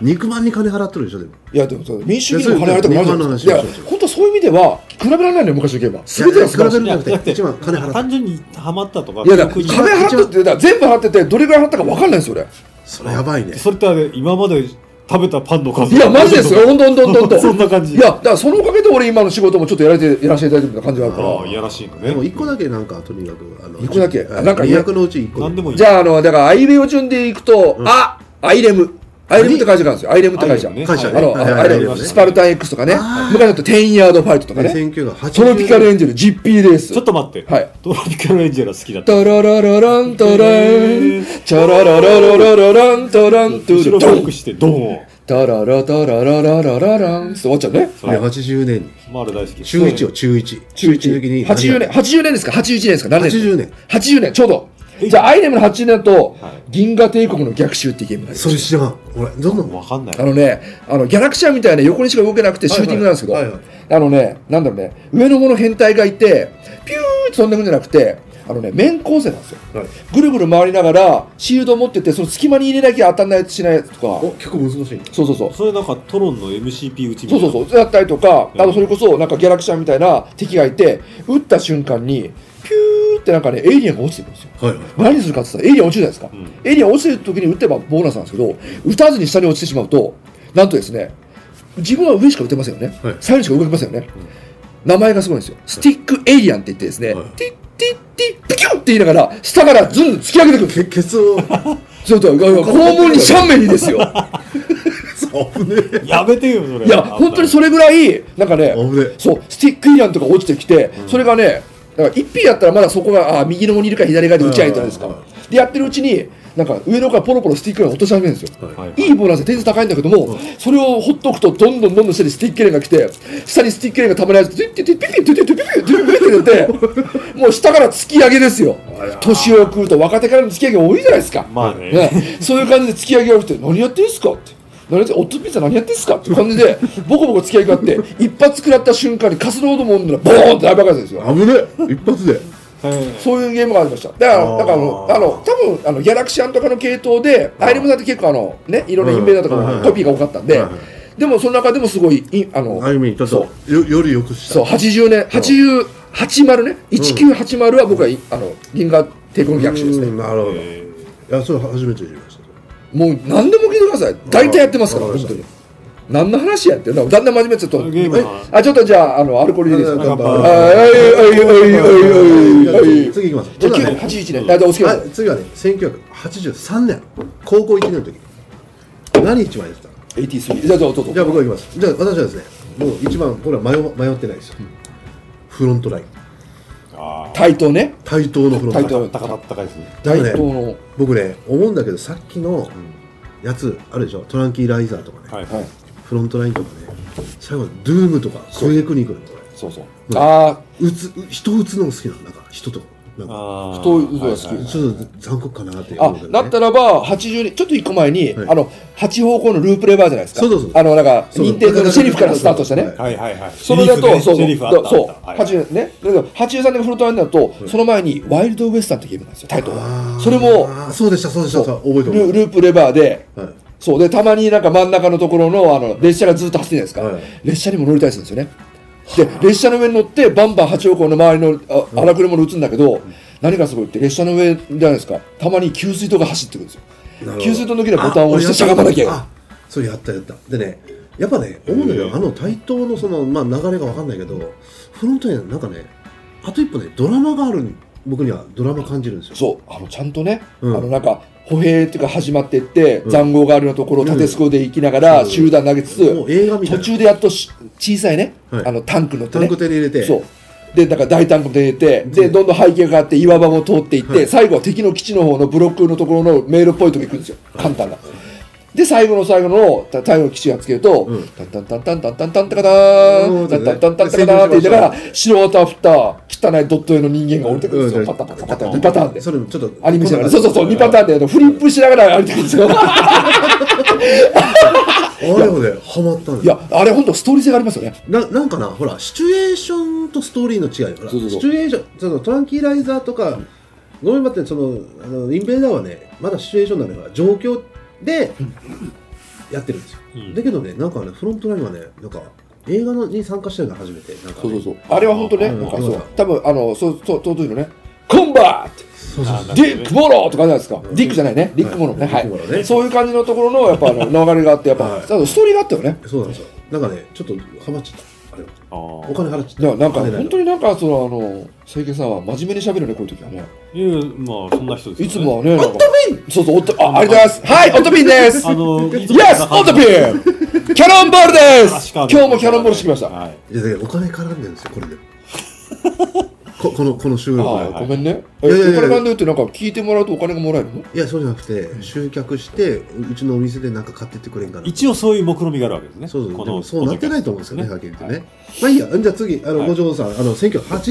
[SPEAKER 1] 肉まんに金払っとるでしょでも
[SPEAKER 3] いやでもそう民主主義にも金払いたくなるじゃないですか
[SPEAKER 1] いや
[SPEAKER 3] いや
[SPEAKER 1] そうそうそう
[SPEAKER 3] 本当そういう意味では比べられないのよ昔のゲームは全
[SPEAKER 1] い
[SPEAKER 3] て
[SPEAKER 1] や
[SPEAKER 3] が
[SPEAKER 1] 比
[SPEAKER 3] 素晴
[SPEAKER 1] べ
[SPEAKER 3] らしい
[SPEAKER 1] るんじゃなくて一番金払った
[SPEAKER 2] 単純にハマったとか
[SPEAKER 3] いやだ
[SPEAKER 2] 逆
[SPEAKER 3] 金
[SPEAKER 2] に
[SPEAKER 3] 払ってってだから全部払っててどれぐらい払ったか分かんないんですよ
[SPEAKER 1] それやばいね
[SPEAKER 2] それってあれ今まで食べたパンの数
[SPEAKER 3] 俺いやマジですよほんとほんとほんとほん と
[SPEAKER 2] そんな感じ
[SPEAKER 3] いやだからそのおかげで俺今の仕事もちょっとやられてやらせていただいてるみたいな感じがある
[SPEAKER 2] ああ
[SPEAKER 3] か
[SPEAKER 2] いやらしいのね
[SPEAKER 1] でも一個だけなんかとにかくあの
[SPEAKER 3] 一個だけ
[SPEAKER 1] はい
[SPEAKER 3] なんか
[SPEAKER 1] 二百のうち一個
[SPEAKER 2] 何でもい
[SPEAKER 3] ら
[SPEAKER 2] い
[SPEAKER 3] じゃああのだからアイレオ順でいくと、あアイレムアイレムって会社があるんですよアイレムって会社
[SPEAKER 2] アイレムね
[SPEAKER 1] 感謝ね
[SPEAKER 3] あの
[SPEAKER 1] はい
[SPEAKER 3] ああ
[SPEAKER 1] はい
[SPEAKER 3] れ
[SPEAKER 1] はい
[SPEAKER 3] スパルタン X とかね昔だと10ヤードファイトとかね
[SPEAKER 1] 1980
[SPEAKER 3] トロピカルエンジェル GP レース
[SPEAKER 2] ちょっと待って、
[SPEAKER 3] はい
[SPEAKER 2] トロピカルエンジェルは好きだった。
[SPEAKER 3] タラララランタランチャラララララララランタラントゥ
[SPEAKER 2] 後
[SPEAKER 3] ル
[SPEAKER 2] ろバ
[SPEAKER 3] ド
[SPEAKER 2] ッ
[SPEAKER 3] ン
[SPEAKER 2] クしてドンを。
[SPEAKER 3] タララタラララララランって終わっちゃうね。
[SPEAKER 2] そう
[SPEAKER 1] 80年に
[SPEAKER 2] マール大好き。
[SPEAKER 1] 中1を中1中1の時に
[SPEAKER 3] 80年、80年ですか ?81 年ですか何年ですか
[SPEAKER 1] 80年
[SPEAKER 3] ?80 年、ちょうど。じゃあ、アイデムの80年と
[SPEAKER 2] はい、
[SPEAKER 3] 銀河帝国の逆襲っていうゲームになります
[SPEAKER 1] それ知らん俺どんな
[SPEAKER 2] わ
[SPEAKER 1] の
[SPEAKER 2] かんない
[SPEAKER 3] あ。のね、あのギャラクシアみたいな横にしか動けなくてシューティングなんですけど、
[SPEAKER 1] はいはいはい
[SPEAKER 3] あのね、なんだろうね、上の方の変態がいて、ピューって飛んでくんじゃなくて、あのね、面構成なんですよ。
[SPEAKER 1] はい
[SPEAKER 3] ぐるぐる回りながら、シールドを持ってて、その隙間に入れなきゃ当たんないやつしないやつとか
[SPEAKER 1] お、結構難しい
[SPEAKER 3] そうそうそう。
[SPEAKER 2] それなんかトロンの MCP 打ちみた
[SPEAKER 3] そ
[SPEAKER 2] いうな
[SPEAKER 3] そうそう、やったりとか、
[SPEAKER 2] うん
[SPEAKER 3] あとそれこそ、なんかギャラクシアみたいな敵がいて、撃った瞬間に、ピューってなんかね、エイリアンが落ちてくるんですよ。
[SPEAKER 1] はいはい
[SPEAKER 3] 何するかって言ったら、エイリアン落ちるじゃないですか。
[SPEAKER 2] う
[SPEAKER 3] エイリアン落ちてる時に撃てばボーナスなんですけど、撃たずに下に落ちてしまうと、なんとですね、自分は上しか撃てませんよね
[SPEAKER 1] はい。
[SPEAKER 3] 左右しか動きませんよね。名前がすごいんですよ。スティックエイリアンって言ってですね
[SPEAKER 1] はい、
[SPEAKER 3] ティッティッティッ、ピキュンって言いながら、下からずんずん突き上げてくるんですよ。
[SPEAKER 1] け ケツを
[SPEAKER 3] ちょっと、肛門に正面にですよ。
[SPEAKER 1] そう危ねえ
[SPEAKER 2] やめてよ、それ。
[SPEAKER 3] いや、本当にそれぐらい、なんかね、
[SPEAKER 1] 危ねえ
[SPEAKER 3] そう、スティックイランとか落ちてきて、それがね、だから1品やったらまだそこが、あー右の方にいるか左側で打ち合いじゃないですか
[SPEAKER 1] うんうんうん。
[SPEAKER 3] で、やってるうちに、なんか上の方からポロポロスティックイラン落とし始めるんですよ。
[SPEAKER 2] はい
[SPEAKER 3] いいボーナスで点数高いんだけども、それをほっとくと、どんどんどんどん下にスティックイランが来て、下にスティックイランがたまらず、ピッピッピッピッピッピッピッピッピッピッピッピッって、もう下から突き上げですよ。年を食うと若手からの突き上げ多いじゃないですか。
[SPEAKER 2] まあね。
[SPEAKER 3] ね、 そういう感じで突き上げられて、何やってんすかって。何やって、オットピザ何やってんすかって感じで、ボコボコ突き上げがあって、一発食らった瞬間にカスロードもんだら、ボーンって大爆発ですよ。
[SPEAKER 1] 危ねえ一発で
[SPEAKER 2] はい
[SPEAKER 3] そういうゲームがありました。だから、
[SPEAKER 1] あー
[SPEAKER 3] だからあの、あの多分あのギャラクシアンとかの系統で、アイレムさんって結構あの、ね、いろんなインベーダーとか
[SPEAKER 1] うん
[SPEAKER 3] のコピーが多かったんで
[SPEAKER 1] はいはい、
[SPEAKER 3] でもその中でもすごい、いあの、
[SPEAKER 1] 歩みにちょっとよよりよくした
[SPEAKER 3] そう、80年、80、80ね、1980は僕は、いあの、銀河帝国の逆襲ですね。
[SPEAKER 1] うんなるほどい
[SPEAKER 2] えー
[SPEAKER 1] やそれ初めて知りました
[SPEAKER 3] もう何でも聞いてください。大体やってますから、
[SPEAKER 1] わかり
[SPEAKER 3] 本
[SPEAKER 1] ました
[SPEAKER 3] 当に。何の話やってんのだんだん真面目になっちゃっ
[SPEAKER 2] ゲームの話
[SPEAKER 3] と。あ、ちょっとじゃあ、あの、アルコールいいです
[SPEAKER 1] あ
[SPEAKER 3] か
[SPEAKER 1] あ
[SPEAKER 3] あ
[SPEAKER 1] 乾
[SPEAKER 3] ー
[SPEAKER 1] 杯
[SPEAKER 3] はいはいはいはいはいはい。
[SPEAKER 1] 次行きます
[SPEAKER 3] じゃあ、
[SPEAKER 1] 今度は
[SPEAKER 3] 9
[SPEAKER 1] ね
[SPEAKER 3] 八81年。大体お好きな
[SPEAKER 1] は
[SPEAKER 3] の
[SPEAKER 1] い、次はね1983年高校1年の時何一番やってた
[SPEAKER 3] 83。じゃあ、どうぞどう
[SPEAKER 1] じゃ
[SPEAKER 3] ぞ。
[SPEAKER 1] あ僕は行きますじゃあ私はですねもう一番これは迷迷ってないですよ、フロントライン
[SPEAKER 2] あ
[SPEAKER 3] 対等ね。
[SPEAKER 1] 対等のフロントライン
[SPEAKER 3] 対等
[SPEAKER 2] あ。高かったかいですね。
[SPEAKER 3] 対
[SPEAKER 1] だから
[SPEAKER 3] 等
[SPEAKER 1] ね
[SPEAKER 3] の。
[SPEAKER 1] 僕ね思うんだけどさっきのやつあるでしょトランキーライザーとかね、
[SPEAKER 2] はい。
[SPEAKER 3] はい。
[SPEAKER 1] フロントラインとかね最後ドゥームとかそういう国行くの
[SPEAKER 3] そうそう
[SPEAKER 1] う。ん
[SPEAKER 3] あ
[SPEAKER 1] うつ人打つのも好きなのなんか人となんか
[SPEAKER 2] あー
[SPEAKER 3] 太い嘘が好き
[SPEAKER 2] はいはいはい
[SPEAKER 1] ちょっと残酷かなって
[SPEAKER 3] ーあ
[SPEAKER 1] 思うけど、、ね、
[SPEAKER 3] だったらば、80年、ちょっと一個前に、
[SPEAKER 1] はい
[SPEAKER 3] あの、8方向のループレバーじゃないですか。
[SPEAKER 1] そうそうそう
[SPEAKER 3] あの、なんか、
[SPEAKER 1] そう
[SPEAKER 3] 認定のシェリフからスタートしてね。
[SPEAKER 1] はい
[SPEAKER 2] はいはいはい。
[SPEAKER 3] それだと、そう
[SPEAKER 2] シェ
[SPEAKER 3] そう
[SPEAKER 2] リフあった
[SPEAKER 3] そう
[SPEAKER 2] あったはい
[SPEAKER 3] 80ね、だけど83年のフロントラインだと、その前にワイルドウエスタンってゲームなんですよ、タイトル
[SPEAKER 1] あ
[SPEAKER 3] は。
[SPEAKER 1] ー
[SPEAKER 3] それも
[SPEAKER 1] あーそうでしたそうでしたそう覚えて
[SPEAKER 3] ル
[SPEAKER 1] る
[SPEAKER 3] ループレバーで、
[SPEAKER 1] はい
[SPEAKER 3] そうでたまになんか真ん中のところのあの列車がずっと走ってるじゃない
[SPEAKER 1] はい
[SPEAKER 3] ですか、列車にも乗りたいするんですよね。で列車の上に乗ってバンバン八王子の周りのあ荒くれ者を撃つんだけど、何がすごいって列車の上じゃないですかたまに給水塔が走ってくるんですよ
[SPEAKER 1] なるほど
[SPEAKER 3] 給水塔の時にはボタンを押してしゃがまなきゃいけない
[SPEAKER 1] あそれやったやったでねやっぱね思うんだけどあの対等のその、まあ、流れが分かんないけどフロントにはなんかねあと一歩ねドラマがある僕にはドラマ感じるんですよ
[SPEAKER 3] そうあのちゃんとね、
[SPEAKER 1] うん
[SPEAKER 3] あのなんか歩兵っていうか始まってって、
[SPEAKER 1] ん
[SPEAKER 3] 塹壕があるようなところを縦スコで行きながら、
[SPEAKER 1] うん
[SPEAKER 3] 集団投げつつ、
[SPEAKER 1] もう映画みたい
[SPEAKER 3] 途
[SPEAKER 1] な
[SPEAKER 3] 中でやっとし小さいね、
[SPEAKER 1] はい
[SPEAKER 3] あのタンク乗って
[SPEAKER 1] タン
[SPEAKER 3] ね
[SPEAKER 1] ク手に入れて
[SPEAKER 3] そうでだから大タンクも出て、でどんどん背景があって岩場も通っていって、
[SPEAKER 1] はい
[SPEAKER 3] 最後は敵の基地の方のブロックのところの迷路っぽいとこ行くんですよ簡単な。で最後の最後のた最後の基地がつけると、
[SPEAKER 1] うん
[SPEAKER 3] タンタンタンタンタンタンタンタカターンタンタンタンタンタカターンって言いながら素人は振った汚いドット絵の人間が降りてくるんです
[SPEAKER 1] う
[SPEAKER 3] よ
[SPEAKER 1] ん
[SPEAKER 3] パタパタパタ2パターンで
[SPEAKER 1] それもちょっと
[SPEAKER 3] アニメーションがねそうそうそう2パターンであのフリップしながら歩いてくるんですよ
[SPEAKER 1] あれもねハマったん
[SPEAKER 3] いやあれ本当ストーリー性がありますよね
[SPEAKER 1] ななんかなほらシチュエーションとストーリーの違いほら
[SPEAKER 3] そうそうそ
[SPEAKER 1] シ
[SPEAKER 3] う
[SPEAKER 1] チュエーションそのトランキーライザーとかごめん待ってそのあのインベーダーはねまだシチュエーションなのから状況でやってるんですよ、
[SPEAKER 2] うん
[SPEAKER 1] だけどねなんかねフロントラインはねなんか映画のに参加したのが初めてなんか、ね、
[SPEAKER 3] そうそうそう。あれは本当ね、
[SPEAKER 1] うん
[SPEAKER 3] なんか
[SPEAKER 1] うん
[SPEAKER 3] そう。多分あの、そう、そう、当時のね、コンバー
[SPEAKER 1] そうそうそう
[SPEAKER 3] トディック・ボローとかじゃないですか。ディックじゃないね。ディック・ボローね。
[SPEAKER 1] はいディックボロー
[SPEAKER 3] は
[SPEAKER 1] ね
[SPEAKER 3] い。そういう感じのところの、やっぱあの、流れがあって、やっぱ、
[SPEAKER 1] はい
[SPEAKER 3] あとストーリーがあったよね。
[SPEAKER 1] そうなんですよなんかねちょっとハマっちゃったあれは
[SPEAKER 2] あ
[SPEAKER 1] お
[SPEAKER 2] ー
[SPEAKER 1] 金払っち
[SPEAKER 3] だ
[SPEAKER 1] ゃ
[SPEAKER 3] か
[SPEAKER 1] っ
[SPEAKER 3] ら
[SPEAKER 1] た
[SPEAKER 3] なんか、
[SPEAKER 1] お金ない
[SPEAKER 3] 本当になんか、その、あの、清家さんは真面目に喋るね、こういう時はね。
[SPEAKER 2] いや、まあ、そんな人です
[SPEAKER 3] い
[SPEAKER 2] よ
[SPEAKER 3] つもはね、オット
[SPEAKER 1] ピ
[SPEAKER 3] ンそうそう、オット、あ、ありがとうございます。はい、オットピンです
[SPEAKER 2] あの、 いつも
[SPEAKER 3] !Yes! オットピンキャノンボールです
[SPEAKER 2] 確かに
[SPEAKER 3] 今日もキャノンボールしてきました。
[SPEAKER 2] はい
[SPEAKER 1] いやだけどお金絡んでるんですよこれで ここのこの収録
[SPEAKER 2] はい
[SPEAKER 1] が
[SPEAKER 2] はい
[SPEAKER 3] ごめんね。
[SPEAKER 1] いやいやい
[SPEAKER 3] え、
[SPEAKER 1] や
[SPEAKER 3] これバンドってなんか聞いてもらうとお金がもらえるの
[SPEAKER 1] いやそうじゃなくて集客してうちのお店でなんか買ってってくれんかな
[SPEAKER 2] 一応そういう目論みがあるわけですね。
[SPEAKER 1] そうそう
[SPEAKER 2] こ
[SPEAKER 1] で
[SPEAKER 2] の
[SPEAKER 1] もそうなってないと思うんですよね、は
[SPEAKER 2] ポ
[SPEAKER 1] っ
[SPEAKER 2] ッ
[SPEAKER 1] きり
[SPEAKER 2] ド
[SPEAKER 1] 言って
[SPEAKER 2] キャ
[SPEAKER 1] ね。
[SPEAKER 2] スト
[SPEAKER 1] ま
[SPEAKER 2] ね
[SPEAKER 1] あいいや、じゃあ次、あの、
[SPEAKER 2] はい
[SPEAKER 1] 五条さん、あの、1983年
[SPEAKER 2] 83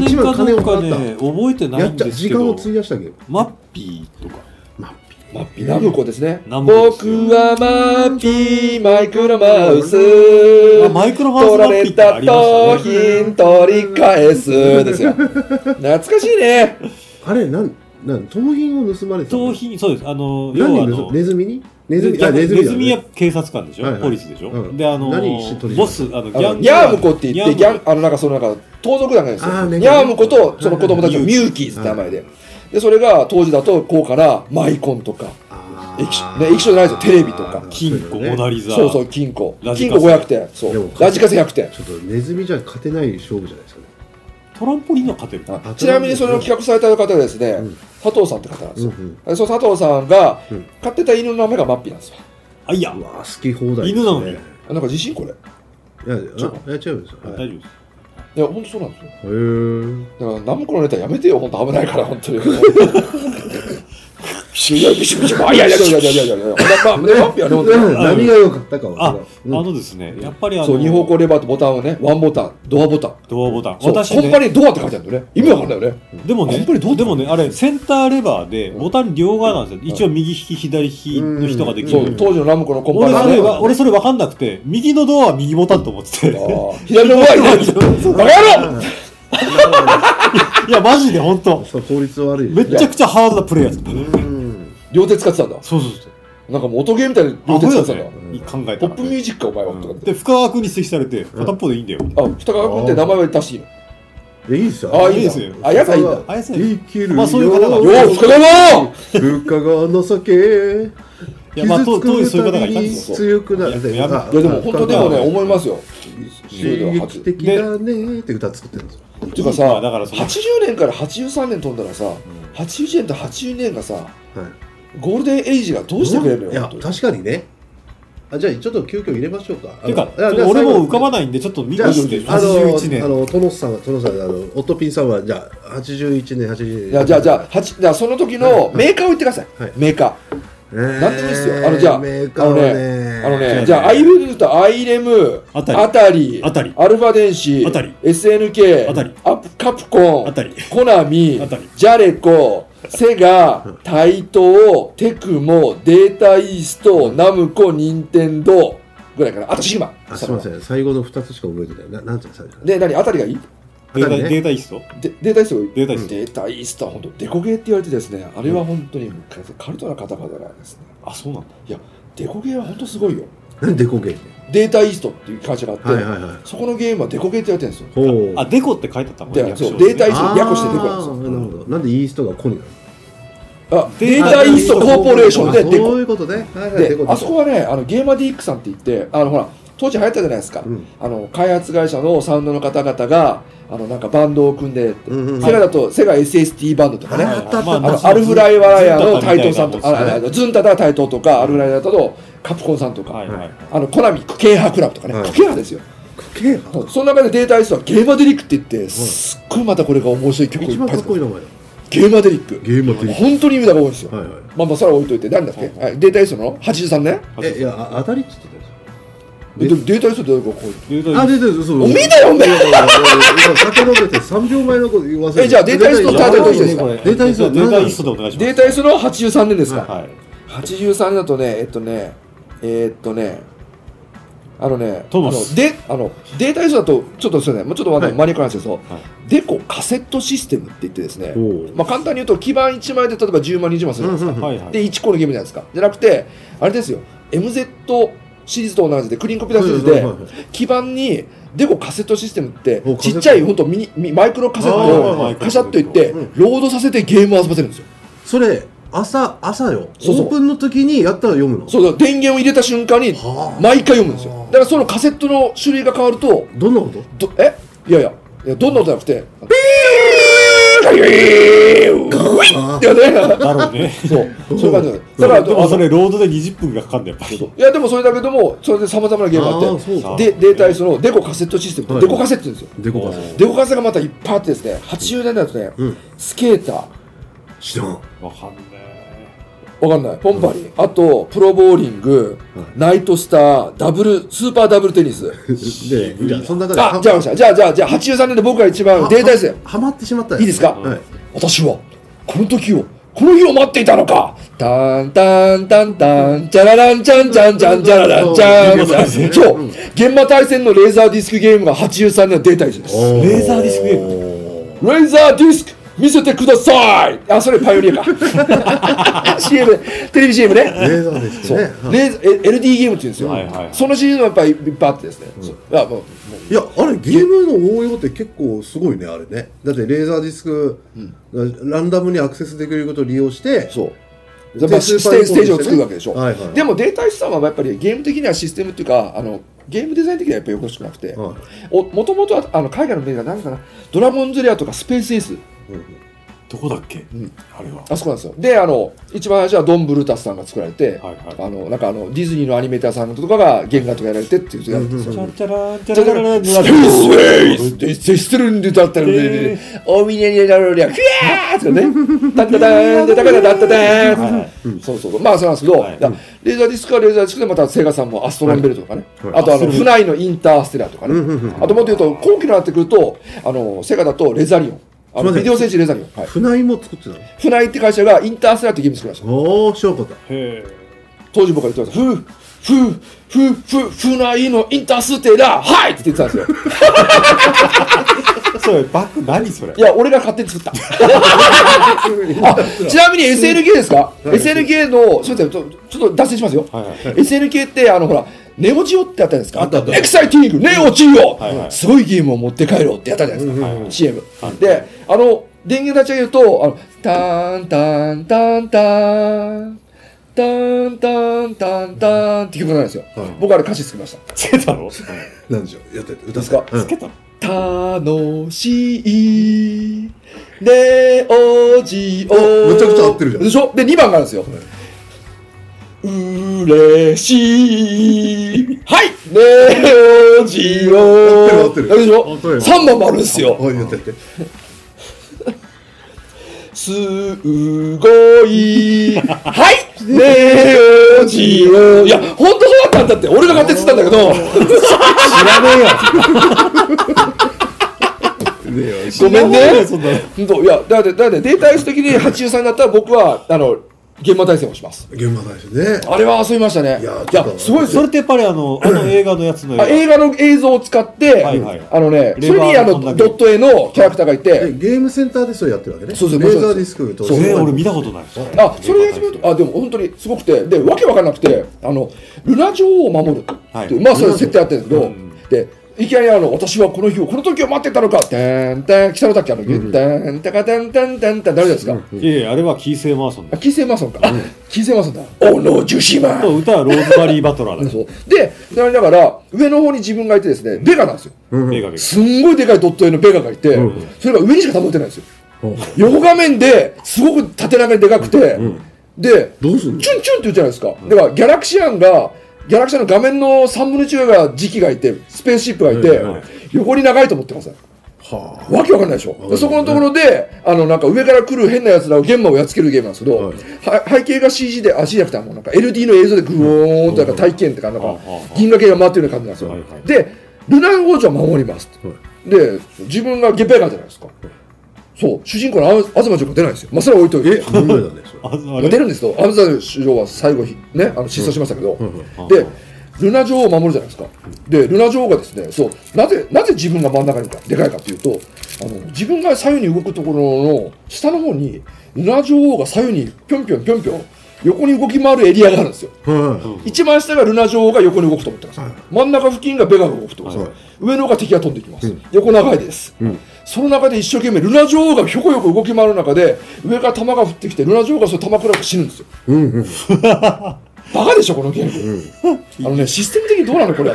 [SPEAKER 1] に一
[SPEAKER 2] 年
[SPEAKER 1] 番
[SPEAKER 2] か
[SPEAKER 1] 金
[SPEAKER 2] ど
[SPEAKER 1] を
[SPEAKER 2] うか
[SPEAKER 1] 払っ
[SPEAKER 2] ね、覚えて
[SPEAKER 1] た。
[SPEAKER 2] な
[SPEAKER 1] や
[SPEAKER 2] い
[SPEAKER 1] っ
[SPEAKER 2] ん
[SPEAKER 1] ちゃ、
[SPEAKER 2] です
[SPEAKER 1] 時
[SPEAKER 2] け
[SPEAKER 1] 間を
[SPEAKER 2] ど、
[SPEAKER 1] 費やしたけど。
[SPEAKER 2] マッピーとか、
[SPEAKER 1] まあ、
[SPEAKER 3] マッピーナムコですね。
[SPEAKER 2] ナムコです
[SPEAKER 3] 僕はマッピーマイクロマウス。
[SPEAKER 2] あマイクロマウス
[SPEAKER 3] 取
[SPEAKER 2] マ
[SPEAKER 3] ら
[SPEAKER 2] ッピ
[SPEAKER 3] れ
[SPEAKER 2] ーってあ
[SPEAKER 3] た
[SPEAKER 2] りま
[SPEAKER 3] 盗
[SPEAKER 2] したね。
[SPEAKER 3] 品取り返すですよ。懐かしいね。
[SPEAKER 1] あれ、なん、なん、盗品を盗まれてたの
[SPEAKER 2] 盗品、そうです。あの、要はあ
[SPEAKER 1] 何
[SPEAKER 2] の
[SPEAKER 1] を盗、ネズミにネズミ、
[SPEAKER 2] いや
[SPEAKER 1] あ、
[SPEAKER 2] ネ
[SPEAKER 1] ネ
[SPEAKER 2] ズ
[SPEAKER 1] ズ
[SPEAKER 2] ミ
[SPEAKER 1] ミだ、
[SPEAKER 2] は
[SPEAKER 1] ね。
[SPEAKER 2] 警察官でしょ、
[SPEAKER 1] はいはい
[SPEAKER 2] ポリスでしょ、
[SPEAKER 1] うん
[SPEAKER 2] で、あの
[SPEAKER 1] 何して取り
[SPEAKER 2] ボ
[SPEAKER 1] 出す
[SPEAKER 2] ス、あの、ギャン
[SPEAKER 3] あの
[SPEAKER 2] グ
[SPEAKER 3] ニャームコって言って、ギャン
[SPEAKER 2] ム、
[SPEAKER 3] あの、なんかそのなんか、盗賊団がいるんです
[SPEAKER 1] あー
[SPEAKER 3] よ。
[SPEAKER 1] ね
[SPEAKER 3] ニャームコと、その子供たちのミューキーズって名前で。で、それが、当時だと、こうから、マイコンとか、
[SPEAKER 1] あ
[SPEAKER 3] 液晶ね液晶じゃないですよテレビとか
[SPEAKER 1] あー
[SPEAKER 2] 金庫、
[SPEAKER 1] そうだよね
[SPEAKER 2] モナリザ。
[SPEAKER 3] そうそう、金庫。
[SPEAKER 2] ラジ
[SPEAKER 3] 金
[SPEAKER 2] カセ
[SPEAKER 3] 庫500点。そ
[SPEAKER 1] でも
[SPEAKER 3] う。ラジカセ100点。
[SPEAKER 1] ちょっとネズミじゃ勝てない勝負じゃないですかね。
[SPEAKER 2] トランポリンは勝てる。
[SPEAKER 3] あちなみに、それを企画された方がですね、
[SPEAKER 1] ん
[SPEAKER 3] 佐藤さんって方なんですよ。
[SPEAKER 1] うんうん
[SPEAKER 3] でその佐藤さんが
[SPEAKER 1] うん、
[SPEAKER 3] 飼ってた犬の名前がマッピーなんですよ。
[SPEAKER 2] あ、いや、
[SPEAKER 1] うわ好き放題、
[SPEAKER 2] 犬なのに
[SPEAKER 1] いや、
[SPEAKER 3] あなんか地震これ。い
[SPEAKER 1] あいや違うんですよ。
[SPEAKER 2] 大
[SPEAKER 1] はいへ
[SPEAKER 2] 丈夫です。
[SPEAKER 3] や、ほんとそうなんですよ。
[SPEAKER 1] ー
[SPEAKER 3] だから、ナムコのネタやめてよ、ほんと危ないから、ほんとに。いやいやいやいやいやいやいやいやいやいや、まあまあねマッピーはね、ほんとに
[SPEAKER 1] うん何が良かったか
[SPEAKER 2] あ
[SPEAKER 1] は、
[SPEAKER 2] あのですね、やっぱりあの、
[SPEAKER 3] そう、二方向レバーとボタンをね、ワンボタン、ドアボタン。
[SPEAKER 2] ドアボタン。
[SPEAKER 3] そう、
[SPEAKER 2] 私
[SPEAKER 3] コンパ
[SPEAKER 2] ね、
[SPEAKER 3] ニードアって書いてあるのね。意味わかんないよね。
[SPEAKER 2] でも
[SPEAKER 3] コン
[SPEAKER 2] ね
[SPEAKER 3] パニーどう、
[SPEAKER 2] でもね、あれ、センターレバーで、ボタン両側なんですよ。一応右利き、左利きの人ができ
[SPEAKER 3] そ
[SPEAKER 2] る。
[SPEAKER 3] う、当時のラムコのコンパ
[SPEAKER 2] 俺
[SPEAKER 3] ニー
[SPEAKER 2] そ
[SPEAKER 3] ね
[SPEAKER 2] れは、俺それ分かんなくて、右のドアは右ボタンと思ってて。
[SPEAKER 3] あー左のドアにね、 バカ野郎
[SPEAKER 2] いや、マジで本当
[SPEAKER 1] そう効率悪い
[SPEAKER 2] めちゃくちゃハードなプレイヤーです。
[SPEAKER 1] うん
[SPEAKER 3] 両手使ってたんだ。
[SPEAKER 2] そうそうそう。
[SPEAKER 3] なんかもう音ゲーみたいに両手使ってたんだ。
[SPEAKER 2] いい考えた
[SPEAKER 3] ポッ
[SPEAKER 2] ら
[SPEAKER 3] プ
[SPEAKER 2] ね
[SPEAKER 3] ミュージックか、お前は。とかって。
[SPEAKER 2] で、深川君に指摘されて、片っぽでいいんだよ。
[SPEAKER 3] あ、二川君って名前は出していいの
[SPEAKER 1] いやいいですよ
[SPEAKER 3] あ
[SPEAKER 2] いい
[SPEAKER 3] あ、いい
[SPEAKER 2] で
[SPEAKER 3] ですす
[SPEAKER 2] よ
[SPEAKER 3] よ。あ、やつはいいんだ。よ
[SPEAKER 2] あやさん
[SPEAKER 1] 生きるよ、
[SPEAKER 2] まあそういう方が
[SPEAKER 1] よ
[SPEAKER 3] う、深川郎
[SPEAKER 1] 物価が情け
[SPEAKER 2] いやまあ当当時そういう方がいたんで
[SPEAKER 1] に
[SPEAKER 2] す
[SPEAKER 3] よ
[SPEAKER 1] 強くなる
[SPEAKER 2] いややめ
[SPEAKER 1] あ
[SPEAKER 3] いや、でも本当でもね、
[SPEAKER 1] あ
[SPEAKER 3] 思いますよ。
[SPEAKER 1] 刺激的だねーって歌作ってるんですよ
[SPEAKER 3] っていうかさ、
[SPEAKER 2] だからその
[SPEAKER 3] 80年から83年飛んだらさ、80年と82年がさ、
[SPEAKER 1] はい
[SPEAKER 3] ゴールデンエイジがどうしてくれるの
[SPEAKER 1] いや
[SPEAKER 3] よ。本当に
[SPEAKER 1] 確かにねあじゃあちょっと急遽入れましょうか
[SPEAKER 2] ていうか、
[SPEAKER 1] あのいや
[SPEAKER 2] 俺も浮かば
[SPEAKER 1] い
[SPEAKER 2] ないんで、ちょっと見
[SPEAKER 1] じゃあ
[SPEAKER 2] ま
[SPEAKER 1] 最後
[SPEAKER 2] して、
[SPEAKER 1] にじゃああの
[SPEAKER 2] 81
[SPEAKER 1] あの
[SPEAKER 2] 年。
[SPEAKER 1] トノスさんはトノスさんあのオットピンさんはじゃあ81年82年
[SPEAKER 3] いやじゃあ、じゃあ、はちじゃあその時のメーカーを言ってください
[SPEAKER 1] はい。
[SPEAKER 3] メーカ
[SPEAKER 1] えー
[SPEAKER 3] なんでもいいっすよあのじゃあ
[SPEAKER 1] メーカーはね
[SPEAKER 3] ー。あの
[SPEAKER 2] 違う
[SPEAKER 3] ね、じゃあ、アイルルとアイレム、
[SPEAKER 2] あたり
[SPEAKER 3] あたり、
[SPEAKER 2] あたり
[SPEAKER 3] アルファ電子、
[SPEAKER 2] あたり
[SPEAKER 3] SNK、
[SPEAKER 2] あたり
[SPEAKER 3] アップカプコン、
[SPEAKER 2] あたり
[SPEAKER 3] コナミ
[SPEAKER 2] あたり、
[SPEAKER 3] ジャレコ、セガ、タイトー、テクモ、データイースト、ナムコ、ニンテンドーぐらいかな。あとシグマ。
[SPEAKER 1] あすみません最後の2つしか覚えてないななんていうの最後
[SPEAKER 3] で、何あたりがいい
[SPEAKER 2] デー
[SPEAKER 1] あたり
[SPEAKER 2] タ
[SPEAKER 1] ね
[SPEAKER 2] データイースト
[SPEAKER 3] でデータイーストがいい
[SPEAKER 2] データイースト
[SPEAKER 3] データイーストは本当デコゲーって言われてですね、あれは本当に昔カルトな方々なんですね。
[SPEAKER 2] あ、そうなんだ。
[SPEAKER 3] いや、デコゲーは本当すごいよ。
[SPEAKER 1] なんでこけんね
[SPEAKER 3] データイーストっていう会社があって、
[SPEAKER 1] はいはいはい
[SPEAKER 3] そこのゲームはデコゲーって言われてるんですよ。
[SPEAKER 1] ほう
[SPEAKER 2] あ、デコって書いてあったもん
[SPEAKER 3] で
[SPEAKER 2] ね。
[SPEAKER 3] そう
[SPEAKER 2] 略称でね
[SPEAKER 3] データイースト略してデコなんです
[SPEAKER 1] あ
[SPEAKER 3] よ
[SPEAKER 1] ーなるほどなんでイーストがコになる
[SPEAKER 3] あデータイーストコーポレーションで
[SPEAKER 1] あ
[SPEAKER 3] デ
[SPEAKER 1] そう
[SPEAKER 3] コ。
[SPEAKER 1] いうことねはいはいデ
[SPEAKER 3] で
[SPEAKER 1] コデ、コ
[SPEAKER 3] あそこはね、あのゲーマディックさんって言って、あのほら、当時流行ったじゃないですか。
[SPEAKER 1] うん
[SPEAKER 3] あの開発会社のサウンドの方々が、あのなんかバンドを組んで、
[SPEAKER 1] うんうんうん
[SPEAKER 3] セガだとセガ SST バンドとかね、
[SPEAKER 1] あれあったあった
[SPEAKER 3] あ
[SPEAKER 1] ま
[SPEAKER 3] のアルフライワーヤーの斎藤さんとか、
[SPEAKER 2] はい
[SPEAKER 3] ああのズンタだ斎藤とか、アルフライワーヤーだとカプコンさんとか、
[SPEAKER 2] はいはい。
[SPEAKER 3] あのコナミクケーハクラブとかね、
[SPEAKER 1] はい
[SPEAKER 3] クケーハですよ。
[SPEAKER 1] クケハ
[SPEAKER 3] その中でデータアイスはゲーマデリックって言って、すっごいまたこれが面白い曲をい
[SPEAKER 1] 一
[SPEAKER 3] っ
[SPEAKER 1] 番
[SPEAKER 3] ぱ
[SPEAKER 1] か
[SPEAKER 3] い
[SPEAKER 1] っこいい
[SPEAKER 3] 作っ
[SPEAKER 1] 名前だ
[SPEAKER 3] ゲーマデリック。
[SPEAKER 1] ゲーム的
[SPEAKER 3] 本当に意味が多いんですよ。
[SPEAKER 1] はいはい
[SPEAKER 3] まあまあそれは置いといて、何だっけ、はいデータアイスの ?83 年
[SPEAKER 1] えいやあ当たりっつってたでし
[SPEAKER 3] でデータアイスってどういうことこういう
[SPEAKER 2] データイー
[SPEAKER 1] ょあ
[SPEAKER 2] ス
[SPEAKER 1] 出てるそう
[SPEAKER 3] 見たよおめえ
[SPEAKER 1] いやいやいや今酒飲んでて3秒前のこと言わせ
[SPEAKER 3] えじゃあデータイースト
[SPEAKER 2] ト。
[SPEAKER 3] のタイトルいいですか
[SPEAKER 2] これ
[SPEAKER 1] データイースト
[SPEAKER 2] データイーストでお願いします。
[SPEAKER 3] データアイスの83年ですか、
[SPEAKER 2] はい。
[SPEAKER 3] ?83 年だとね、えっとね、えーっとね、あのね、
[SPEAKER 2] トーマス
[SPEAKER 3] あのであのデータアイスだと、ちょっとすいません、もうちょっとわかんないマニアックなんですけど、
[SPEAKER 2] はい
[SPEAKER 3] デコカセットシステムって言ってですね
[SPEAKER 1] おう、
[SPEAKER 3] まあ、簡単に言うと、基板1枚で例えば10万、20万するじゃないですか。
[SPEAKER 2] はいはい。
[SPEAKER 3] で1個のゲームじゃないですかじゃなくてあれですよ MZ シリーズと同じでクリーンコピーターシリーズで
[SPEAKER 1] はいはいはい
[SPEAKER 3] 基板にデコカセットシステムって
[SPEAKER 1] おカセッ
[SPEAKER 3] ち
[SPEAKER 1] ト
[SPEAKER 3] っちゃいほんとミニミマイクロカセット
[SPEAKER 2] あ
[SPEAKER 3] を
[SPEAKER 2] ー
[SPEAKER 3] カシャッといって
[SPEAKER 1] うん
[SPEAKER 3] ロードさせてゲームを遊ばせるんですよ
[SPEAKER 1] それ朝朝よ
[SPEAKER 3] そうそう
[SPEAKER 1] オープンの時にやったら読むの
[SPEAKER 3] そうそう電源を入れた瞬間に
[SPEAKER 1] はあ
[SPEAKER 3] 毎回読むんですよだからそのカセットの種類が変わると
[SPEAKER 1] どんなこと
[SPEAKER 3] どえいやいやいやどんな音じゃなくてピー
[SPEAKER 1] あ
[SPEAKER 3] だよね。
[SPEAKER 2] だろうね。
[SPEAKER 3] そう、そういう感じなのだから、
[SPEAKER 2] でもそれロードで20分がかかるんだやっぱり。
[SPEAKER 3] いやでもそれだけどもそれでさまざまなゲームがあ
[SPEAKER 1] あ
[SPEAKER 3] っ
[SPEAKER 1] ー
[SPEAKER 3] て
[SPEAKER 1] そう
[SPEAKER 2] か
[SPEAKER 3] でデータイスのデコカセットシステムって、
[SPEAKER 1] はい
[SPEAKER 3] デコカセットですよ
[SPEAKER 1] あでこか
[SPEAKER 2] う
[SPEAKER 1] せ
[SPEAKER 2] ん
[SPEAKER 3] デコカセがまたいっぱいあってですね80年代だとね、
[SPEAKER 1] うん
[SPEAKER 3] スケーター
[SPEAKER 1] 知らん
[SPEAKER 2] わかんね
[SPEAKER 3] わかんないポンパリン、あとプロボーリング、ナイトスターダブルスーパーダブルテニス
[SPEAKER 1] でじゃあその中で
[SPEAKER 3] あじゃあ
[SPEAKER 1] は
[SPEAKER 3] ましたじゃあじゃあじゃあ83年で僕が一番
[SPEAKER 1] は
[SPEAKER 3] データイス
[SPEAKER 1] はまってしまったよ
[SPEAKER 3] いいですか、
[SPEAKER 1] はい
[SPEAKER 3] 私はこの時をこの日を待っていたのかタンタンタンタンチャラランチャンチャンチャンチャラランチャンチャンそう現場対戦のレーザーディスクゲームが83年のデータイスですレ
[SPEAKER 1] お
[SPEAKER 2] レーザーディスクゲーム
[SPEAKER 3] ーザーディスク見せてくださいあそれパイオニ アか CM テレビ CM ね
[SPEAKER 1] レーザーディス
[SPEAKER 3] そ
[SPEAKER 1] ク
[SPEAKER 3] う
[SPEAKER 1] ね
[SPEAKER 3] レ
[SPEAKER 1] はい
[SPEAKER 3] ーえ LD ゲームって言うんですよ、
[SPEAKER 2] はいはい
[SPEAKER 3] そのシリーズもやっぱりいっぱいあってですね、そうあもう
[SPEAKER 1] いやあれゲームの応用って結構すごいねあれねだってレーザーディスク、ランダムにアクセスできることを利用して
[SPEAKER 3] そう。やっぱステージステージを作るわけでしょ。
[SPEAKER 1] はいはい
[SPEAKER 3] でもデータイスさんはやっぱりゲーム的にはシステムっていうか、あのゲームデザイン的にはやっぱりよろしくなくて、
[SPEAKER 1] はい
[SPEAKER 3] おもともとはあの海外のメディアなんかな、ドラゴンズレアとかスペースエース、
[SPEAKER 2] どこだっけあれは。
[SPEAKER 3] あそこなんですよ。で、あの一番最初はドン・ブルータスさんが作られ
[SPEAKER 2] は
[SPEAKER 3] て、
[SPEAKER 2] いはい
[SPEAKER 3] あのなんかあのディズニーのアニメーターさんとかが原画とかやられてっていうやつですよ。
[SPEAKER 2] チャラチャラチ
[SPEAKER 3] スペ
[SPEAKER 2] ャラチャラ
[SPEAKER 3] ー
[SPEAKER 2] チ
[SPEAKER 3] ス
[SPEAKER 2] ャラ
[SPEAKER 3] エースって接してるんでだったら
[SPEAKER 2] え
[SPEAKER 3] ね、おみねにだろうりゃ、くやーとかね、たったたーん、たたかたたったたーん
[SPEAKER 2] はい。
[SPEAKER 3] そうそうそうまあそうなんですけど、
[SPEAKER 2] はい
[SPEAKER 3] だからレーザーディスクはレーザーディスクでまたセガさんもアストロンベルとかね、
[SPEAKER 1] はい
[SPEAKER 3] あと
[SPEAKER 2] ア
[SPEAKER 3] あの
[SPEAKER 2] ストロン
[SPEAKER 3] フナイのインターステラーとかね、
[SPEAKER 1] うんうんうん
[SPEAKER 3] あともっと言うと後期になってくるとあのセガだとレザリオンあ
[SPEAKER 1] すい
[SPEAKER 3] の
[SPEAKER 1] ません
[SPEAKER 3] ビデオ戦士レザリオン、はい、
[SPEAKER 1] 船井も作ってたの
[SPEAKER 3] フナイって会社がインターステラーってゲーム作りました
[SPEAKER 1] おおしょうこた
[SPEAKER 2] へ
[SPEAKER 3] 当時僕は言ってました「ふーふーふーふーフナイのインターステラーはい!」って言ってたんですよ
[SPEAKER 2] え。それバック何それ
[SPEAKER 3] い。や俺が勝手に作ったあちなみに SNK ですか SNK のすみませんちょちょっと脱線しますよ、
[SPEAKER 2] はいはい
[SPEAKER 3] SNK ってあのほらネオジオってあったじゃないですか
[SPEAKER 1] あったあった
[SPEAKER 3] エクサイティングネオジオ、
[SPEAKER 2] はいはい
[SPEAKER 3] すごいゲームを持って帰ろうってやったじゃないですか、
[SPEAKER 2] はいはい
[SPEAKER 3] CM
[SPEAKER 2] はい
[SPEAKER 3] であの電源立ち上げるとあのターンターンターンターンターンターンターンターンって曲なんですよ、
[SPEAKER 1] はい
[SPEAKER 3] 僕あれ歌詞つけました
[SPEAKER 2] つけたのつ
[SPEAKER 1] なんでしょうやってて歌
[SPEAKER 3] ですか
[SPEAKER 1] うん
[SPEAKER 2] けたの
[SPEAKER 3] 楽しいネオジオ
[SPEAKER 1] おめちゃくちゃ合ってるじゃん
[SPEAKER 3] でしょで2番があるんですよ、嬉しいはいネオジオ
[SPEAKER 1] 合ってる合ってる
[SPEAKER 3] でし
[SPEAKER 1] 合ってる
[SPEAKER 3] ょ3番もあるんですよ
[SPEAKER 1] おいやってやって
[SPEAKER 3] すごいはいネオジオいや本当そうだったんだって俺が勝手に釣ったんだけど
[SPEAKER 2] 知らねえよ。
[SPEAKER 1] ねえ
[SPEAKER 3] ごめんね
[SPEAKER 2] そんなの
[SPEAKER 3] 本当いやだってだってデータイス的に83だったら僕はあの現場対戦をします
[SPEAKER 1] 現場大使ね
[SPEAKER 3] あれは遊びましたねい
[SPEAKER 1] いや
[SPEAKER 3] や
[SPEAKER 1] ちょっと
[SPEAKER 3] すごいです
[SPEAKER 2] そ
[SPEAKER 3] よ
[SPEAKER 2] れってやっぱりあの、あの映画のやつの
[SPEAKER 3] あ映画の映像を使って、
[SPEAKER 2] はいはい
[SPEAKER 3] あのねそ
[SPEAKER 2] レバーの
[SPEAKER 3] れにあ
[SPEAKER 2] こんだ
[SPEAKER 3] の
[SPEAKER 2] け
[SPEAKER 3] ドット絵のキャラクターがい
[SPEAKER 1] で
[SPEAKER 3] て
[SPEAKER 1] ゲームセンターでそれやってるわけね
[SPEAKER 3] そうそう
[SPEAKER 1] レーザーディスクと
[SPEAKER 2] それ俺見
[SPEAKER 1] た
[SPEAKER 2] たことない。
[SPEAKER 3] あそれやってみるとあでも本当にすごくてでわけわかんなくてあのルナ女王を守るっていう、
[SPEAKER 2] はい
[SPEAKER 3] まあそういう設定あってるんですけど、
[SPEAKER 2] うん
[SPEAKER 3] でいきなりあの私はこの日をこの時を待ってたのかてんてん北野武あの「てんたかてんてんてんてん」誰ですか、
[SPEAKER 2] いやいや、あれはキーセイ・マーソン
[SPEAKER 3] あ
[SPEAKER 2] だ。
[SPEAKER 3] キーセイマーソンか、あキーセイマーソンだおのジュシマン
[SPEAKER 2] と歌はローズバリー・バトラーだ。
[SPEAKER 3] そうで、なりながら、上の方に自分がいてですね、ベガなんですよ。
[SPEAKER 2] 映画です
[SPEAKER 3] んごいでかいドット絵のベガがいて、それが上にしか保てないんですよ。横画面ですごく縦長にでかくて、で、
[SPEAKER 1] どうすんの
[SPEAKER 3] チュンチュンって言うじゃないですか。だから、ギャラクシアンが、ギャラクシアンの画面の3分の1ぐらいが時期がいて、スペースシップがいて、
[SPEAKER 2] うんうん
[SPEAKER 3] 横に長いと思ってます
[SPEAKER 1] は
[SPEAKER 3] わけわかんないでしょ、でそこのところで、あのなんか上から来る変なやつらを現場をやっつけるゲームなんですけど、は背景が CG で、あ、CG じゃなくて、あのなんか LD の映像でグオーンとなんか体験ってか、なん
[SPEAKER 2] うん
[SPEAKER 3] か
[SPEAKER 2] うん
[SPEAKER 3] 銀河系が回ってるような感じなんですよ。
[SPEAKER 2] はいはい
[SPEAKER 3] で、ルナ王女は守りますと、で、自分がゲベガじゃないですか。そう、主人公のあ東城が出ないんですよ。まあ、それは置いといて。
[SPEAKER 1] あ無理だね それ
[SPEAKER 2] ああ
[SPEAKER 3] まあ
[SPEAKER 2] れ
[SPEAKER 3] 出るんですけど、アムザル首相は最後ひ、ね、あの失踪しましたけど、で、ルナ女王を守るじゃないですか、でルナ女王がですねそうなぜなぜ自分が真ん中にいたでかいかというとあの、自分が左右に動くところの下の方に、ルナ女王が左右にぴょんぴょんぴょんぴょん、横に動き回るエリアがあるんですよ。
[SPEAKER 1] は
[SPEAKER 3] 一番下がルナ女王が横に動くと思ってます、真ん中付近がベガが動くと思ってます、上の方が敵が飛んできます、横長いです、その中で一生懸命ルナ女王がひょこひょこ動き回る中で上から弾が降ってきてルナ女王がその弾食らって死ぬんですよ、バカでしょこのゲーム、あのねシステム的にどうなのこれ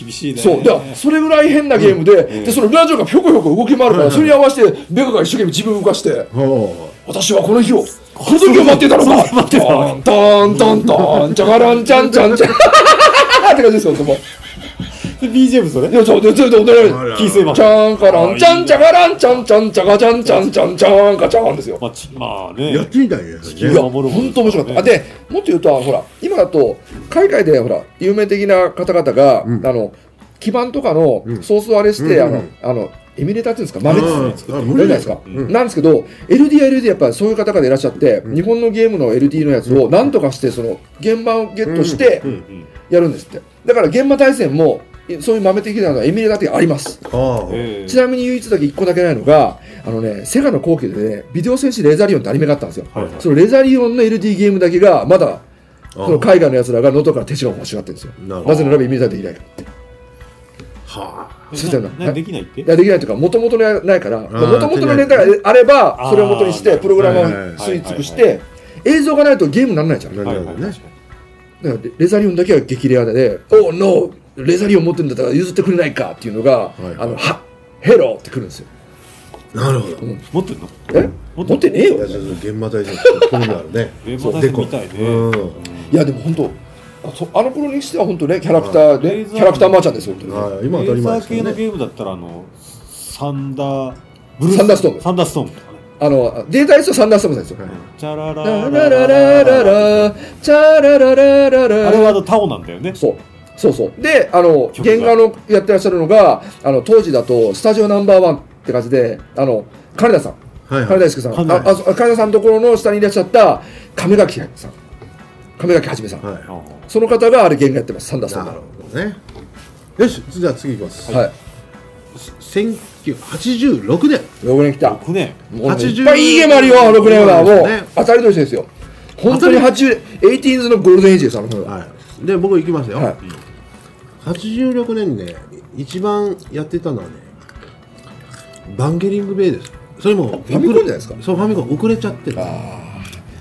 [SPEAKER 2] 厳しいね
[SPEAKER 3] そう。だからそれぐらい変なゲームで、で、そのラジオがぴょこぴょこ動き回るから、それに合わせて、ベガが一生懸命自分を動かして、
[SPEAKER 1] は
[SPEAKER 3] 私はこの日を、この時を待っていたのか
[SPEAKER 2] 待ってた
[SPEAKER 3] トントントントン、チャカランチャンチャンチャン。って感じですよ、そこ。
[SPEAKER 2] で BGM それ
[SPEAKER 3] いや、そう、で、ずっと踊れる。
[SPEAKER 1] あら
[SPEAKER 2] キーセーバー
[SPEAKER 3] チャンカランチャンチャカランチャンチャンチャカチャンチャンチャンチャンカチャンですよ。
[SPEAKER 2] まあちまあ
[SPEAKER 1] あ
[SPEAKER 2] ね
[SPEAKER 1] やってみたいね
[SPEAKER 2] 地
[SPEAKER 1] そ
[SPEAKER 2] 球
[SPEAKER 1] れ
[SPEAKER 2] を
[SPEAKER 1] ね
[SPEAKER 3] いや、
[SPEAKER 2] 守るもの
[SPEAKER 3] 本当面白かった。あ
[SPEAKER 2] ね
[SPEAKER 3] で、もっと言うと、ほら、今だと、海外で、ほら、有名的な方々が、あの、基盤とかのソースをあれして、
[SPEAKER 1] うんうんうん
[SPEAKER 3] あの、あの、エミュレーターっていうんですか、豆ですね。
[SPEAKER 1] ああ
[SPEAKER 3] い
[SPEAKER 1] 無
[SPEAKER 3] るじゃ
[SPEAKER 1] 理
[SPEAKER 3] ない
[SPEAKER 1] だ
[SPEAKER 3] ですか、
[SPEAKER 2] う
[SPEAKER 3] なんですけど LD は LD やっぱりそういう方々いらっしゃって、日本のゲームの LD のやつを何とかしてその現場をゲットして
[SPEAKER 2] うんうん
[SPEAKER 3] やるんですってだから現場対戦もいそういう豆的なのはエミレーターってあります
[SPEAKER 1] ああ
[SPEAKER 2] ええ
[SPEAKER 3] ちなみに唯一だけ1個だけないのがあのねセガの後期でねビデオ戦士レーザリオンってアニメがあったんですよ、
[SPEAKER 2] はいはい
[SPEAKER 3] そのレーザリオンの LD ゲームだけがまだその海外のやつらが能登から手順を欲しがってるんですよ
[SPEAKER 1] なるほど
[SPEAKER 3] なぜならばエミレーターできないから
[SPEAKER 1] はあ
[SPEAKER 2] え
[SPEAKER 3] そうだよな
[SPEAKER 2] ななできないって
[SPEAKER 3] いやできないというか、もともとないから、も
[SPEAKER 1] ー
[SPEAKER 3] ともとのネタがあれば、
[SPEAKER 2] あー
[SPEAKER 3] それをもとにし
[SPEAKER 2] な
[SPEAKER 3] て、
[SPEAKER 2] る
[SPEAKER 3] プ
[SPEAKER 2] ほど
[SPEAKER 3] ログラマ
[SPEAKER 1] はいはいは
[SPEAKER 3] ーを
[SPEAKER 1] い
[SPEAKER 3] スイッチングして、映像がないとゲームにならないじゃん。だか
[SPEAKER 1] な
[SPEAKER 2] はい
[SPEAKER 1] る
[SPEAKER 2] は
[SPEAKER 1] ほど
[SPEAKER 2] いはい
[SPEAKER 1] ね
[SPEAKER 3] らレレザリオンだけは激レアで、おう、ノー、レザリオン持ってるんだったら譲ってくれないかっていうのが
[SPEAKER 1] いはい、
[SPEAKER 3] あの、は、ヘローってくるんですよ。
[SPEAKER 1] なるほど
[SPEAKER 2] 持ってんの
[SPEAKER 3] え持
[SPEAKER 2] 持
[SPEAKER 3] っ
[SPEAKER 2] ってて
[SPEAKER 3] ねえ
[SPEAKER 1] い
[SPEAKER 3] よ
[SPEAKER 1] や。ちょっと現場対戦って興味あるね
[SPEAKER 2] 現
[SPEAKER 1] そ
[SPEAKER 2] 場
[SPEAKER 1] うデ
[SPEAKER 2] 対戦
[SPEAKER 1] コ
[SPEAKER 2] みたいね
[SPEAKER 1] うん
[SPEAKER 3] いや、でも本当、あそあの頃にしては本当ね、キャラクター
[SPEAKER 2] は
[SPEAKER 3] ね、
[SPEAKER 2] い
[SPEAKER 3] キャラクターマーチャンですよ、本当に
[SPEAKER 1] ああ今当
[SPEAKER 2] レ
[SPEAKER 1] たり
[SPEAKER 2] ーザ
[SPEAKER 1] 前で
[SPEAKER 2] ー
[SPEAKER 1] すけ
[SPEAKER 2] 系
[SPEAKER 1] ど
[SPEAKER 2] の
[SPEAKER 1] ね
[SPEAKER 2] ゲームだったらあのサンダーブル
[SPEAKER 3] サンダーストーム
[SPEAKER 2] サンダーストームとかね
[SPEAKER 3] あの、データイスとサンダースタムさんですよ。
[SPEAKER 2] チャラララ
[SPEAKER 3] ラララララ
[SPEAKER 2] ラ
[SPEAKER 3] ラ、チャラララララ
[SPEAKER 2] あれはあのタオなんだよね
[SPEAKER 3] そう。そうそう。で、あの、
[SPEAKER 2] 曲
[SPEAKER 3] 原
[SPEAKER 2] が
[SPEAKER 3] 画のやってらっしゃるのが、あの、当時だと、スタジオナンバーワンって感じで、あの、金田さん。
[SPEAKER 1] はい
[SPEAKER 3] 金田祐介さん。
[SPEAKER 2] 金
[SPEAKER 3] あ
[SPEAKER 2] 田
[SPEAKER 3] あそう金田さんのところの下にいらっしゃった、亀垣さん。亀垣はじめさん。
[SPEAKER 1] はい
[SPEAKER 2] あ
[SPEAKER 3] その方が、あれ原画やってます。サンダーさん
[SPEAKER 1] なる
[SPEAKER 3] の。
[SPEAKER 1] ほどねよしじゃあ次いきます
[SPEAKER 3] はい。
[SPEAKER 1] 1986年
[SPEAKER 3] 6年来た。
[SPEAKER 2] あ
[SPEAKER 3] も
[SPEAKER 2] 僕ね
[SPEAKER 3] うね
[SPEAKER 1] 80
[SPEAKER 3] いっぱいいいゲームあるよ、6年は。
[SPEAKER 1] そう
[SPEAKER 3] もう
[SPEAKER 1] ですね、
[SPEAKER 3] 当たり年ですよ。本当に80、エイティーンズのゴールデンエイジです、あの頃は。
[SPEAKER 1] はいで僕いきますよ、
[SPEAKER 3] はい
[SPEAKER 1] 86年ね一番やってたのはねバンゲリングベイですそれも
[SPEAKER 3] ファミコンじゃないですか
[SPEAKER 1] そうファミコン遅れちゃってる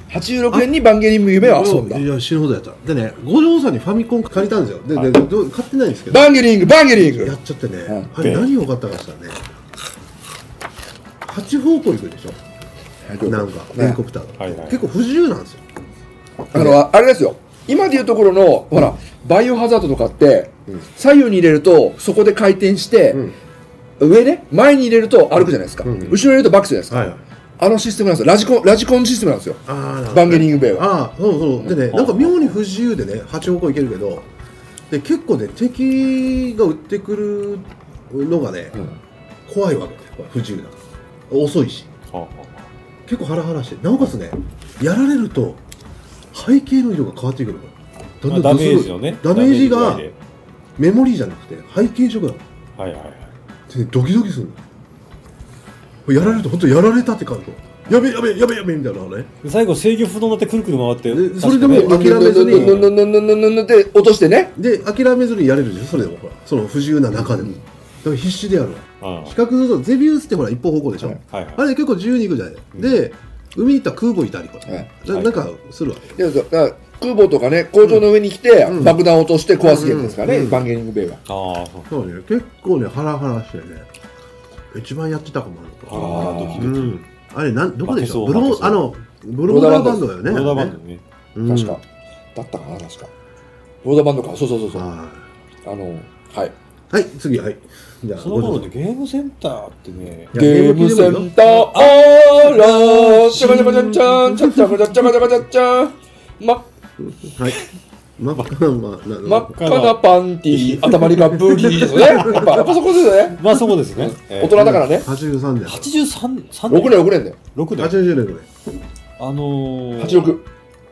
[SPEAKER 3] 86年にバンゲリング夢を遊んだ。
[SPEAKER 1] いや死ぬほどやったでね五条さんにファミコン借りたんですよで、でどう買ってないんですけど
[SPEAKER 3] バンゲリング、バンゲリン
[SPEAKER 1] や
[SPEAKER 3] グ
[SPEAKER 1] っちゃってね、
[SPEAKER 3] ん
[SPEAKER 1] あれ何を買ったかしたらね八方向行くでしょなんかヘリコプターが、
[SPEAKER 2] はいはい
[SPEAKER 1] 結構不自由なんですよ
[SPEAKER 3] あの、あれですよ。今でいうところの、ほら、バイオハザードとかって、左右に入れると、そこで回転して、上ね、前に入れると歩くじゃないですか。後ろに入れるとバックするじゃないですか。あのシステムなんですよ。ラジコン、ラジコンシステムなんですよ。
[SPEAKER 1] ああ
[SPEAKER 3] バンゲリングベイは。
[SPEAKER 1] ああそうそうでねなんか妙に不自由でね8方向いけるけどで結構ね敵が撃ってくるのがね、怖いわけこれ不自由だから遅いし
[SPEAKER 2] ああ
[SPEAKER 1] 結構ハラハラしてなおかつねやられると背景の色が変わってくるから
[SPEAKER 2] まあダメージのね
[SPEAKER 1] ダメージ
[SPEAKER 2] ダ
[SPEAKER 1] が
[SPEAKER 2] メージ
[SPEAKER 1] メモリーじゃなくて背景色なの
[SPEAKER 2] 具合ではいはいはい
[SPEAKER 1] でドキドキするのこれやられると本当やられたって感じやべえやべえやべえやべえみたいなのがね
[SPEAKER 2] で最後制御不能になってくるくる回って
[SPEAKER 1] で
[SPEAKER 2] 確か
[SPEAKER 1] それで
[SPEAKER 2] ね
[SPEAKER 1] も諦めずに
[SPEAKER 3] ぬんぬんぬんぬんぬんぬんぬんって落としてね。
[SPEAKER 1] で諦めずにやれるじゃんそれでもほらその不自由な中でも、だから必死でやるわ
[SPEAKER 2] あ
[SPEAKER 1] 比較するとゼビウスってほら一方方向でしょ、
[SPEAKER 2] はいはい
[SPEAKER 1] あれ結構自由に行くじゃない、で海行ったら空母いたりこれ、
[SPEAKER 3] はい
[SPEAKER 1] な
[SPEAKER 2] はい
[SPEAKER 1] なんかするわ
[SPEAKER 3] いやだから空母とかね、工場の上に来て、
[SPEAKER 1] うん
[SPEAKER 3] 爆弾を落として壊すゲームですからね、
[SPEAKER 1] うん
[SPEAKER 3] バンゲリングベイは。
[SPEAKER 2] ああそう
[SPEAKER 1] そうね結構ねハラハラしてね一番やってたかも
[SPEAKER 2] あ
[SPEAKER 1] あ
[SPEAKER 2] らあらドキ
[SPEAKER 1] の
[SPEAKER 2] ド
[SPEAKER 1] う
[SPEAKER 2] キ
[SPEAKER 1] んあれなんどこでしょうブ
[SPEAKER 2] 負けそ
[SPEAKER 1] ロー
[SPEAKER 2] う負けそう
[SPEAKER 1] あのブローダーバンドだよね
[SPEAKER 2] ローダーバンド
[SPEAKER 1] ね
[SPEAKER 2] ね
[SPEAKER 1] うん
[SPEAKER 3] 確か。だったかな、確か。ローダーバンドか。そうそうそうそう。あ
[SPEAKER 1] は
[SPEAKER 3] の、はい。
[SPEAKER 1] いはい次はいじゃあ
[SPEAKER 2] その頃
[SPEAKER 1] ご
[SPEAKER 2] ねゲームセンターってね
[SPEAKER 1] いや
[SPEAKER 3] ゲームセンター、あらー、ちゃかちゃかちゃんちゃん、ちゃかちゃかちゃんちゃかちゃかちゃんちゃん、ま、
[SPEAKER 1] はいまままな
[SPEAKER 3] 真っ赤なパンティー、頭にがブリーですね。やっぱ、やっぱそこですよね。
[SPEAKER 2] まあそこですねえ
[SPEAKER 3] 大
[SPEAKER 2] え
[SPEAKER 3] 人だからね。
[SPEAKER 1] 83年
[SPEAKER 2] 83 3
[SPEAKER 3] 6年、6年だよ。
[SPEAKER 2] 6だよ
[SPEAKER 1] 80年ぐらい
[SPEAKER 2] あのー、
[SPEAKER 3] 86。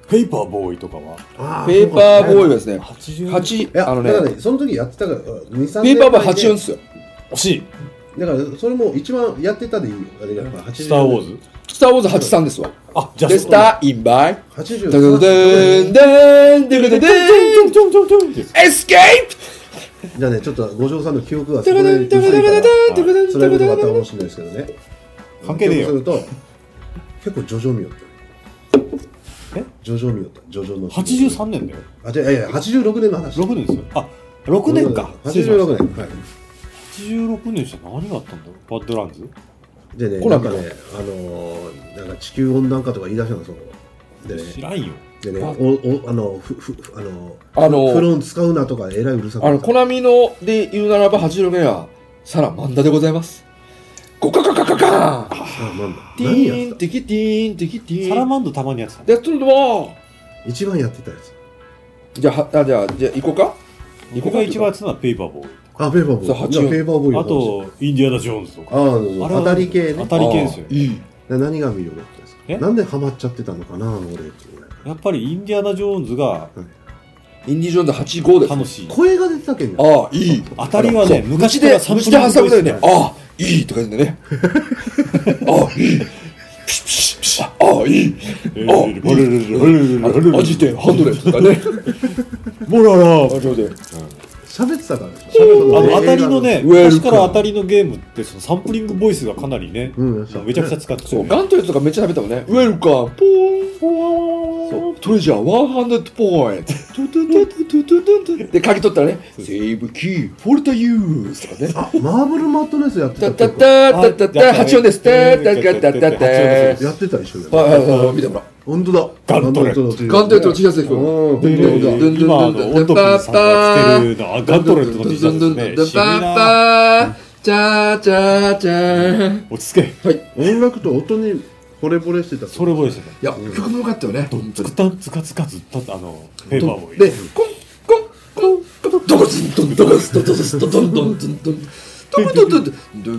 [SPEAKER 2] ペーパーボーイとかは
[SPEAKER 1] あ
[SPEAKER 3] ペーパーボーイ
[SPEAKER 1] イ
[SPEAKER 3] はですね、
[SPEAKER 2] 80
[SPEAKER 3] 8、
[SPEAKER 1] や
[SPEAKER 3] あのね
[SPEAKER 1] だか、らねその時やってたから2 3
[SPEAKER 3] ペーパーボーイ84ですよ。
[SPEAKER 2] 惜しい
[SPEAKER 1] だからそれも一番やってたでいいよあれやっぱ80
[SPEAKER 2] スター・ウォーズ
[SPEAKER 3] スターウォーズ83ですわ。
[SPEAKER 2] あじゃあ
[SPEAKER 3] で、スターインバイ。
[SPEAKER 1] 80
[SPEAKER 3] ドゥドゥドゥン、ドゥン、ドゥドゥドゥン、エスケープ
[SPEAKER 1] じゃあねちょっと五条さんの記憶が
[SPEAKER 3] ド
[SPEAKER 1] そ
[SPEAKER 3] ゥ
[SPEAKER 1] こ
[SPEAKER 3] ド
[SPEAKER 1] で
[SPEAKER 3] ゥン、ドゥ
[SPEAKER 1] 薄
[SPEAKER 3] ドゥ
[SPEAKER 1] い
[SPEAKER 3] ド
[SPEAKER 1] か
[SPEAKER 3] ゥ
[SPEAKER 1] ら
[SPEAKER 3] ドゥン、ドゥドゥ
[SPEAKER 1] 辛い
[SPEAKER 3] ドゥ
[SPEAKER 1] ことがあ
[SPEAKER 3] ドゥ
[SPEAKER 1] ったか
[SPEAKER 3] ドゥン
[SPEAKER 1] もしれないですけどね
[SPEAKER 2] 関係ねえよ
[SPEAKER 1] そうすると結構ジョジョ見よった
[SPEAKER 2] え
[SPEAKER 1] ジョジョ見よったジョジョの
[SPEAKER 2] 83年だよ
[SPEAKER 1] あじゃあいやいや86年の話
[SPEAKER 2] 6年ですよあ6年か失礼しま
[SPEAKER 1] 86
[SPEAKER 2] した
[SPEAKER 1] 年はい
[SPEAKER 2] 86年して何があったんだろうバッドランズ
[SPEAKER 1] でね
[SPEAKER 3] コ
[SPEAKER 1] な
[SPEAKER 3] ナ
[SPEAKER 1] ん
[SPEAKER 3] ミ
[SPEAKER 1] か
[SPEAKER 3] か
[SPEAKER 1] ねあのーなんか地球温暖化とか言い出したのそのでね
[SPEAKER 2] 知らんよ
[SPEAKER 1] でね
[SPEAKER 3] あ
[SPEAKER 1] おおあのふふあの
[SPEAKER 3] あ
[SPEAKER 1] フ
[SPEAKER 3] の、
[SPEAKER 1] ロン使うなとかえらいうるさく
[SPEAKER 3] あの、コナミので言うならば86年は、サラマンダでございます。ゴカカカカカーン
[SPEAKER 1] あまあまあ
[SPEAKER 3] テ
[SPEAKER 1] 何
[SPEAKER 3] ィ
[SPEAKER 1] や
[SPEAKER 3] ー
[SPEAKER 1] っ
[SPEAKER 3] ン、
[SPEAKER 1] て
[SPEAKER 3] テキティーン、テキティーン。
[SPEAKER 2] サラマンドたまにやってた
[SPEAKER 3] デッド
[SPEAKER 1] た
[SPEAKER 3] の
[SPEAKER 1] 一番やってたやつ
[SPEAKER 3] じゃあ、はあじゃあ、じゃあ行こうか
[SPEAKER 2] 僕が一番やってたのはペーパーボーイ
[SPEAKER 1] あペーパーボ
[SPEAKER 3] そ
[SPEAKER 1] ー
[SPEAKER 3] う
[SPEAKER 1] イ
[SPEAKER 3] 八
[SPEAKER 1] じゃあ
[SPEAKER 3] 四
[SPEAKER 1] ペーパーボーイの
[SPEAKER 2] あ
[SPEAKER 1] 話
[SPEAKER 2] とインディアナ・ジョーンズとか
[SPEAKER 1] ああそうそう
[SPEAKER 2] あれは
[SPEAKER 1] 当たり系
[SPEAKER 2] 当
[SPEAKER 1] ね
[SPEAKER 2] たり系ですよ
[SPEAKER 3] あーいい。
[SPEAKER 1] で何が魅力だったんです
[SPEAKER 2] え
[SPEAKER 1] かなんでハマっちゃってたのかな俺っていうぐらい
[SPEAKER 2] やっぱりインディアナ・ジョーンズが
[SPEAKER 3] インディ・ジョーンズ85です。
[SPEAKER 2] 楽しい
[SPEAKER 1] 声が出てたけんね
[SPEAKER 3] ああ、いい。
[SPEAKER 2] 当たりはね
[SPEAKER 3] そう
[SPEAKER 2] 昔
[SPEAKER 3] 昔
[SPEAKER 2] から
[SPEAKER 3] で、
[SPEAKER 2] サンプ
[SPEAKER 3] 昔
[SPEAKER 2] リ
[SPEAKER 3] で
[SPEAKER 2] ング
[SPEAKER 3] 挟むだよ
[SPEAKER 2] ボ
[SPEAKER 3] ね
[SPEAKER 2] イ。ス
[SPEAKER 3] ああ、いいとか言うんだね。ああ、いい。ピシピシピシああ、いい。ああ、いい。マジで、ハンドレとかね。
[SPEAKER 2] モララ
[SPEAKER 3] あそうだよ
[SPEAKER 1] 喋ってたからでしょ
[SPEAKER 2] あ
[SPEAKER 1] そ
[SPEAKER 2] の
[SPEAKER 1] 映画
[SPEAKER 2] 当たりのね、
[SPEAKER 3] ウェル
[SPEAKER 2] 昔か
[SPEAKER 3] カム
[SPEAKER 2] ら当たりのゲームって、そのサンプリングボイスがかなりね、
[SPEAKER 1] うん
[SPEAKER 2] めちゃくちゃ使ってた
[SPEAKER 3] そ
[SPEAKER 2] よ
[SPEAKER 3] う、
[SPEAKER 2] ね
[SPEAKER 3] ガントレットとかめっちゃ食べたもんね。ウェルカム、ポーン、ポーン。トレジャー、ワンハンドポイント。トゥトゥトゥトゥトゥトゥトゥで、書き取ったらね、セーブキー、フォルトユースとかね。
[SPEAKER 1] あマーブルマットネスやって
[SPEAKER 3] た
[SPEAKER 1] た
[SPEAKER 3] た
[SPEAKER 1] 曲
[SPEAKER 3] たたたた八音です。たたたたたた。
[SPEAKER 1] やってた一緒
[SPEAKER 3] は
[SPEAKER 1] だ
[SPEAKER 3] い
[SPEAKER 1] よ
[SPEAKER 3] はいはい見てもらう。
[SPEAKER 1] 本当だ
[SPEAKER 2] ガントレット
[SPEAKER 3] ガントレットの T シャツで
[SPEAKER 1] う
[SPEAKER 3] 行く。
[SPEAKER 1] ん
[SPEAKER 2] で今、あの、オトピーさんが着てるの、あガントレットの T シャツですね。渋いな
[SPEAKER 3] チャーチャーチャー。
[SPEAKER 2] 落ち着け。
[SPEAKER 1] 音楽と音に惚れ惚れしてた
[SPEAKER 2] それ覚えして
[SPEAKER 3] いや、曲も良かったよね。本当
[SPEAKER 2] た。
[SPEAKER 3] に
[SPEAKER 2] つ。たつかつかずっと、あの、ペーパーボーイ。
[SPEAKER 1] で
[SPEAKER 3] コンコンコンコンドコズンドンドコズンドンドコズンドンドンドンドンドンドンドンドンドンドン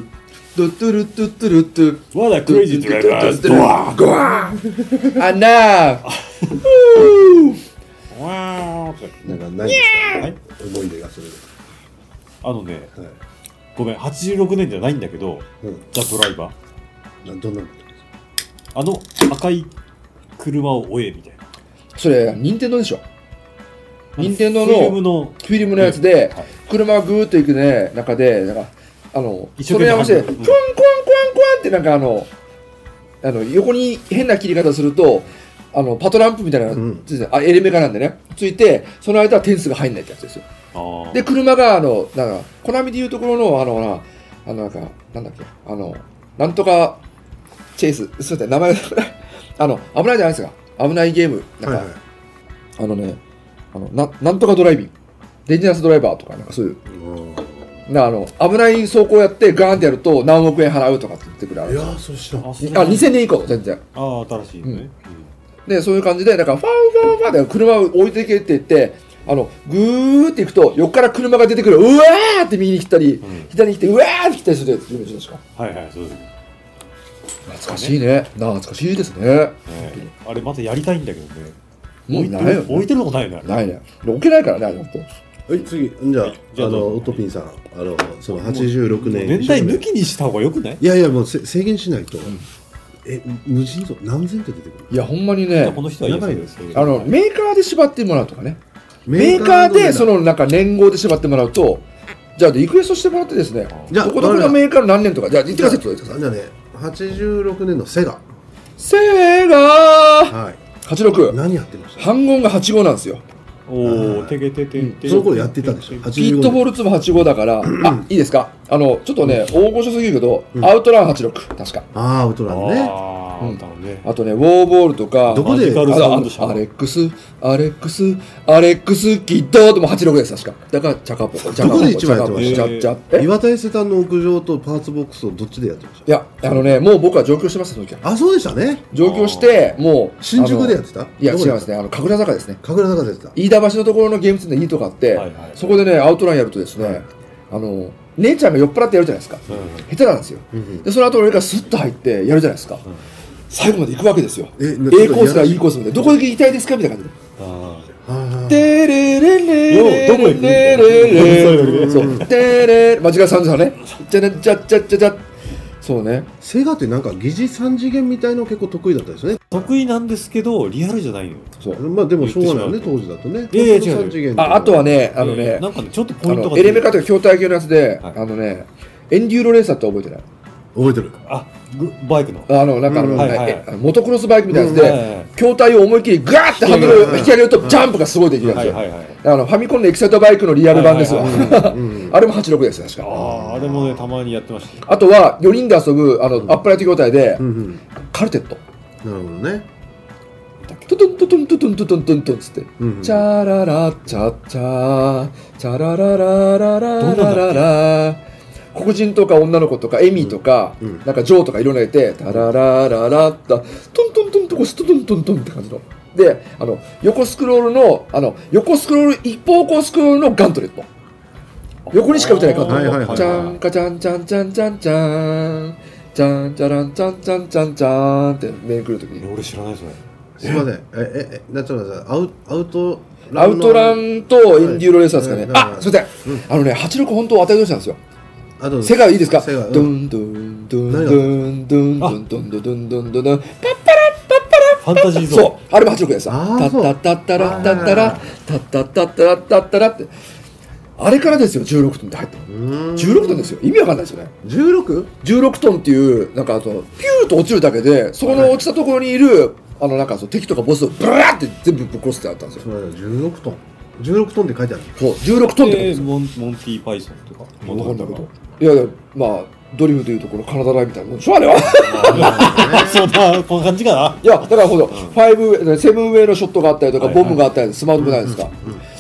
[SPEAKER 3] ドゥルドゥルドゥ
[SPEAKER 2] わだ、クレイジードライバーズ、ドワ
[SPEAKER 3] ゴワーあな
[SPEAKER 2] ーわーって
[SPEAKER 1] なんかないです
[SPEAKER 2] はい
[SPEAKER 1] か思い出がそれで
[SPEAKER 2] あのね、
[SPEAKER 1] はい
[SPEAKER 2] ごめん、86年じゃないんだけど、
[SPEAKER 1] うん
[SPEAKER 2] ザ・ドライバー。
[SPEAKER 1] などんなの
[SPEAKER 2] あの、赤い車を追え、みたいな。
[SPEAKER 3] それ任天堂でしょ任天堂
[SPEAKER 2] フィルム
[SPEAKER 3] の
[SPEAKER 2] の、
[SPEAKER 3] フィルムのやつで
[SPEAKER 2] はい
[SPEAKER 3] 車がグーッと行くね中でなんかあの
[SPEAKER 2] 一生
[SPEAKER 3] そ
[SPEAKER 2] 懸
[SPEAKER 3] れ
[SPEAKER 2] 命
[SPEAKER 3] 合わせて
[SPEAKER 2] 走
[SPEAKER 3] ク
[SPEAKER 2] るう
[SPEAKER 3] ワン
[SPEAKER 2] ん
[SPEAKER 3] クワンクワンクワンってなんかあのあの横に変な切り方するとあのパトランプみたいなのがついてあエレメカなんでねついてその間は点数が入んないってやつですよ
[SPEAKER 2] あー
[SPEAKER 3] で、車が、あの、なんか、コナミでいうところの、あの、なあの、なんか、なんだっけ、あの、なんとか、チェイス、すみません、名前が出て こない、あの、危ないじゃないですか。危ないゲーム、なんか、
[SPEAKER 1] はいはい
[SPEAKER 3] あのね、あのな、なんとかドライビング、デンジャラスドライバーとか、なんかそういう、
[SPEAKER 1] うん
[SPEAKER 3] なあの、危ない走行やって、ガーンってやると、何億円払うとかって言ってくるあ
[SPEAKER 1] い
[SPEAKER 3] れ。
[SPEAKER 1] や
[SPEAKER 3] あ、
[SPEAKER 1] ーそうした
[SPEAKER 2] あそう
[SPEAKER 3] 2000年以降、全然。
[SPEAKER 2] ああ、新しいのね。うん
[SPEAKER 3] で、そういう感じで、なんか、ファンファンファンで車を置いてけって言って、あの、ぐーって行くと、横から車が出てくる、うわーって右に来たり、
[SPEAKER 2] ん
[SPEAKER 3] 左に来て、うわーって来たりするやつ、夢ですか。
[SPEAKER 2] はいはい、そうですね。
[SPEAKER 3] 懐かしいね。懐かしいですね。
[SPEAKER 2] あれまたやりたいんだけどね。
[SPEAKER 3] もう
[SPEAKER 2] 置いて
[SPEAKER 3] ないよ
[SPEAKER 2] る
[SPEAKER 3] ね
[SPEAKER 2] 置いてるとこないよね。あれ
[SPEAKER 3] ないね。置けないからね、あれ、ほんと。
[SPEAKER 1] はい次じゃあ
[SPEAKER 2] じゃ
[SPEAKER 1] あ
[SPEAKER 2] あど
[SPEAKER 1] の
[SPEAKER 2] うぞ
[SPEAKER 1] オトピンさんあのその86年
[SPEAKER 2] 年代抜きにした方がよくない
[SPEAKER 1] いやいやもうせ制限しないとえ無尽蔵何千って出てくる
[SPEAKER 3] いや、ほんまにね
[SPEAKER 2] こ、の人は
[SPEAKER 1] やばい
[SPEAKER 2] で
[SPEAKER 1] です
[SPEAKER 3] あの、メーカーで縛ってもらうとかね。メ
[SPEAKER 1] メ
[SPEAKER 3] ーカーで、そ
[SPEAKER 1] の
[SPEAKER 3] の、なんか、年号で縛ってもらうと、じゃあ、リクエストしてもらってですね、
[SPEAKER 1] じゃあ
[SPEAKER 3] どこどこのメーカーの何年とか、じゃあ、言ってください、言ってください。
[SPEAKER 1] じゃあね86年のセガ
[SPEAKER 3] せーがー
[SPEAKER 1] はい
[SPEAKER 3] !86。
[SPEAKER 1] 何やってました
[SPEAKER 3] 半音が85なんですよ。
[SPEAKER 2] おお、てけててて。
[SPEAKER 1] その頃やってたでしょ
[SPEAKER 3] ピットボー
[SPEAKER 1] ル
[SPEAKER 3] ルツも85だ から、あ、いいですかあの、ちょっとね、大御所すぎるけど、アウトラン86、確か。
[SPEAKER 1] ああウトランね
[SPEAKER 2] ああ、
[SPEAKER 3] うん
[SPEAKER 2] あったのね。
[SPEAKER 3] あとね、ウォーボールとか、
[SPEAKER 1] どこ
[SPEAKER 2] マ
[SPEAKER 1] で
[SPEAKER 2] ジカ
[SPEAKER 3] あ
[SPEAKER 2] ルサウンドシャ
[SPEAKER 3] の
[SPEAKER 2] ワ
[SPEAKER 3] アレ
[SPEAKER 2] ー
[SPEAKER 3] ックス、アレックス、アレックス、キッドでも86です、確か。だから、チャカポコ、チャカポ
[SPEAKER 1] どこ
[SPEAKER 3] コ、
[SPEAKER 1] で一
[SPEAKER 3] チ
[SPEAKER 1] 番
[SPEAKER 3] ャカ
[SPEAKER 1] やっ
[SPEAKER 3] ポ
[SPEAKER 1] て
[SPEAKER 3] コ、
[SPEAKER 1] ま
[SPEAKER 3] チ
[SPEAKER 1] し
[SPEAKER 2] た
[SPEAKER 3] ャチャえ
[SPEAKER 1] 岩田伊勢丹の屋上とパーツボックスをどっちでやってまし
[SPEAKER 3] いや、あのね、もう僕は上京してます、その時は。
[SPEAKER 1] たあそうでしたね
[SPEAKER 3] 上京して、もう。
[SPEAKER 1] 新宿でやって
[SPEAKER 3] た
[SPEAKER 1] た
[SPEAKER 3] いや、違います
[SPEAKER 1] ね
[SPEAKER 3] ね、あの、神楽坂ですね。
[SPEAKER 1] 神楽坂でやってた
[SPEAKER 3] 飯田橋のところのゲームセンターにいいとこあって、
[SPEAKER 2] はいはい
[SPEAKER 3] そこでね、アウトラインやるとですね、あの、姉ちゃんが酔っ払ってやるじゃないですか。
[SPEAKER 2] うん
[SPEAKER 3] 下手なんですよ。
[SPEAKER 1] うん
[SPEAKER 3] でその後俺がスッと入ってやるじゃないですか、最後まで行くわけですよ
[SPEAKER 1] え
[SPEAKER 3] A
[SPEAKER 1] な
[SPEAKER 3] コースから E コースまでどこ行きたいですかみたいな感じで
[SPEAKER 2] あ
[SPEAKER 1] あー
[SPEAKER 3] テレレレ
[SPEAKER 2] ようどこ行くんだよ
[SPEAKER 3] レレレそうテレレ間違え33ねじゃねじゃじゃじゃじゃそうね
[SPEAKER 1] セガってなんか疑似三次元みたいの結構得意だったですね
[SPEAKER 2] 得意なんですけど、リアルじゃないのよ。
[SPEAKER 3] そう
[SPEAKER 1] まあでもしょうがないよね
[SPEAKER 2] 言
[SPEAKER 1] 当時だとね
[SPEAKER 2] いやいや違う違う
[SPEAKER 1] 三次元
[SPEAKER 3] ああとはねあのね、
[SPEAKER 2] なんかね、ちょっと
[SPEAKER 3] あ
[SPEAKER 2] ポイント
[SPEAKER 3] の
[SPEAKER 2] が。
[SPEAKER 3] エレメカとか筐体系のやつで、
[SPEAKER 2] はい
[SPEAKER 3] あのねエンデューロレーサーって覚えてない
[SPEAKER 1] 覚えてる
[SPEAKER 2] あグバイクの
[SPEAKER 3] あの、なんかあの、
[SPEAKER 1] うん
[SPEAKER 2] はいはい
[SPEAKER 3] えモトクロスバイクみたいなやつ
[SPEAKER 2] うんはいは
[SPEAKER 3] で
[SPEAKER 2] い、
[SPEAKER 3] 筐体を思いっきりガーってハンドルを引き上げると、ジャンプがすごいできるんで
[SPEAKER 2] は
[SPEAKER 3] す
[SPEAKER 2] い
[SPEAKER 3] よ。
[SPEAKER 2] はいはい
[SPEAKER 3] あの、ファミコンのエキサイトバイクのリアル版ですわ
[SPEAKER 2] はい。
[SPEAKER 3] あれも86です、確
[SPEAKER 2] あ
[SPEAKER 3] か。
[SPEAKER 2] ああれもねたまにやってました
[SPEAKER 3] あとは、4人で遊ぶ、あの、アップライト筐体で
[SPEAKER 1] う、ん
[SPEAKER 3] カルテット。
[SPEAKER 1] うんなるほどね
[SPEAKER 3] トゥトゥントゥトゥントゥトゥントゥトゥントゥントゥンつって。
[SPEAKER 1] うんうん
[SPEAKER 3] チャララチャチャチャララララララララ黒人とか女の子とかエミとか、
[SPEAKER 1] うんうん
[SPEAKER 3] なんかジョーとかいろんなのいてタララララッタトントントンとこストトントントンって感じのであの横スクロールのあの横スクロール一方向スクロールのガントレット横にしか打てないガント
[SPEAKER 1] はい
[SPEAKER 3] レ
[SPEAKER 1] はいはい
[SPEAKER 3] ッ
[SPEAKER 1] はい
[SPEAKER 3] トチャンカチャンチャンチャンチャンチャンチャンチャランチャンチャンチャンチャンって面来るとき
[SPEAKER 2] え
[SPEAKER 3] に
[SPEAKER 2] 俺知らないそれ
[SPEAKER 1] すいませんえええなんちょっと待ってくださいアウアウト
[SPEAKER 3] アウトラ
[SPEAKER 1] の
[SPEAKER 3] ンとエンデューロレースですか
[SPEAKER 1] は
[SPEAKER 3] ね。
[SPEAKER 1] い
[SPEAKER 3] あ、すみません。あのね、86本当当たり年なんですよ。
[SPEAKER 1] あどうぞ
[SPEAKER 3] 世界いいですか
[SPEAKER 1] セガうん
[SPEAKER 3] ドンドンドンドンドンドンドンドンドンドンドンドン。
[SPEAKER 2] ファンタジーゾーン
[SPEAKER 3] そう、あれも86です。
[SPEAKER 1] あー
[SPEAKER 3] タッタッタッタラッタッタラタッタッタッタラッタッタラって。あれからですよ、16トンって入ったの。
[SPEAKER 1] うーん
[SPEAKER 3] 16トンですよ。意味わかんないですよね。
[SPEAKER 1] 16?
[SPEAKER 3] 16トンっていう、なんかあの、ピューッと落ちるだけで、そこの落ちたところにいる、あの、なんかそう敵とかボスをブラーって全部ぶっ殺すってあったんですよ
[SPEAKER 1] そ。れ16トン16トンって書いてある
[SPEAKER 3] そう、16トンってことで
[SPEAKER 2] で
[SPEAKER 3] すよ
[SPEAKER 2] モンモンティ・パイソンとか
[SPEAKER 3] わかんないけど。いやいや、まあ、ドリフでいうところ、カナダライみたいなもんでしょ、あれは。 い
[SPEAKER 2] あそうだこんな感じかな
[SPEAKER 3] や、だからほど、ファイブウェイ、セブンウェイのショットがあったりとか、
[SPEAKER 2] はいは
[SPEAKER 3] ボ
[SPEAKER 2] い
[SPEAKER 3] ムがあったり、スマートくないですか。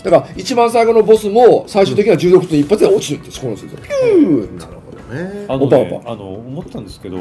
[SPEAKER 3] だから、一番最後のボスも、最終的には16分一発で落ちるんです、この人ピュー
[SPEAKER 1] なるほどね
[SPEAKER 2] あの
[SPEAKER 3] オパオ
[SPEAKER 2] ね
[SPEAKER 3] パ
[SPEAKER 2] あの思ったんですけど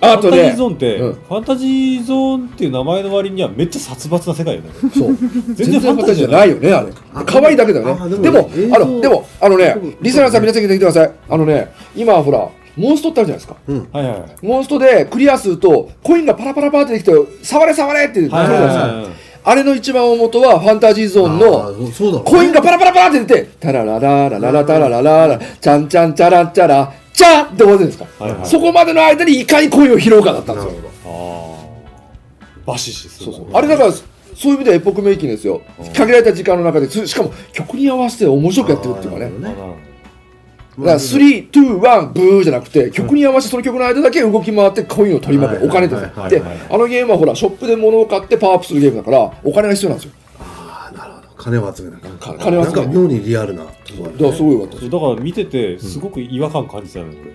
[SPEAKER 3] あと
[SPEAKER 2] ファンタジ
[SPEAKER 3] ね
[SPEAKER 2] ー、ゾーンって、
[SPEAKER 3] うん
[SPEAKER 2] ファンタジーゾーンっていう名前の割にはめっちゃ殺伐な世界よね。
[SPEAKER 3] そう。
[SPEAKER 2] 全
[SPEAKER 3] 全
[SPEAKER 2] 然
[SPEAKER 3] 然フ
[SPEAKER 2] フ
[SPEAKER 3] ァ
[SPEAKER 2] ァ
[SPEAKER 3] ン
[SPEAKER 2] ン
[SPEAKER 3] タ
[SPEAKER 2] タ
[SPEAKER 3] ジ
[SPEAKER 2] ジーじ
[SPEAKER 3] ーじゃ
[SPEAKER 2] ゃ
[SPEAKER 3] な
[SPEAKER 2] ない
[SPEAKER 3] よね、あれ。
[SPEAKER 1] あ
[SPEAKER 3] 可愛いだけだよ
[SPEAKER 1] あ
[SPEAKER 3] ね。
[SPEAKER 1] で
[SPEAKER 3] で
[SPEAKER 1] も
[SPEAKER 3] も、
[SPEAKER 1] 映像
[SPEAKER 3] あの、でも、あのね
[SPEAKER 1] そうそう、
[SPEAKER 3] リスナーさん皆さん聞いてきてください。あのね、今ほら、モンストってあるじゃないですか。
[SPEAKER 1] うん
[SPEAKER 2] はいはいはい。
[SPEAKER 3] モンストでクリアすると、コインがパラパラパラってできて、触れ触れって、
[SPEAKER 2] はいはいはい
[SPEAKER 3] あれの一番大元はファンタジーゾーン
[SPEAKER 1] あ
[SPEAKER 3] の
[SPEAKER 1] ーそうだろうね
[SPEAKER 3] コインがパラパラパラって出て、タララララララタララララ、チャンチャンチャランチャラ、チャンって終わるんですか。
[SPEAKER 2] はいはい
[SPEAKER 3] そこまでの間にいかにコインを拾うかだったん
[SPEAKER 1] な
[SPEAKER 3] で
[SPEAKER 1] る
[SPEAKER 3] す
[SPEAKER 1] ほ
[SPEAKER 3] よ。
[SPEAKER 1] ど
[SPEAKER 2] ああ。バシシす
[SPEAKER 3] そ
[SPEAKER 2] る
[SPEAKER 3] う
[SPEAKER 2] も
[SPEAKER 3] そ
[SPEAKER 2] んね
[SPEAKER 3] う。あれだから、そういう意味ではエポックメイキングですよ
[SPEAKER 2] うん。
[SPEAKER 3] 限られた時間の中で、つしかも曲に合わせて面白くやってるっていうか
[SPEAKER 1] あーなるほど
[SPEAKER 2] あな
[SPEAKER 3] ね。
[SPEAKER 2] る
[SPEAKER 1] ね
[SPEAKER 2] ほど
[SPEAKER 3] だから、3、2、1、ブーじゃなくて、曲に合わせてその曲の間だけ動き回ってコインを取りまくる。お
[SPEAKER 1] はいは
[SPEAKER 3] 金
[SPEAKER 1] い
[SPEAKER 3] です
[SPEAKER 1] はい
[SPEAKER 2] はい
[SPEAKER 3] で、
[SPEAKER 2] はい
[SPEAKER 3] あのゲームはほら、ショップで物を買ってパワーアップするゲームだから、お金が必要なんですよ。
[SPEAKER 1] あーなるほど金を集めなきゃ
[SPEAKER 3] か金を集めなきゃ
[SPEAKER 1] なんか妙にリアルな
[SPEAKER 3] だからすごい良かったです
[SPEAKER 2] そうだから見てて、すごく違和感感じたのよ、俺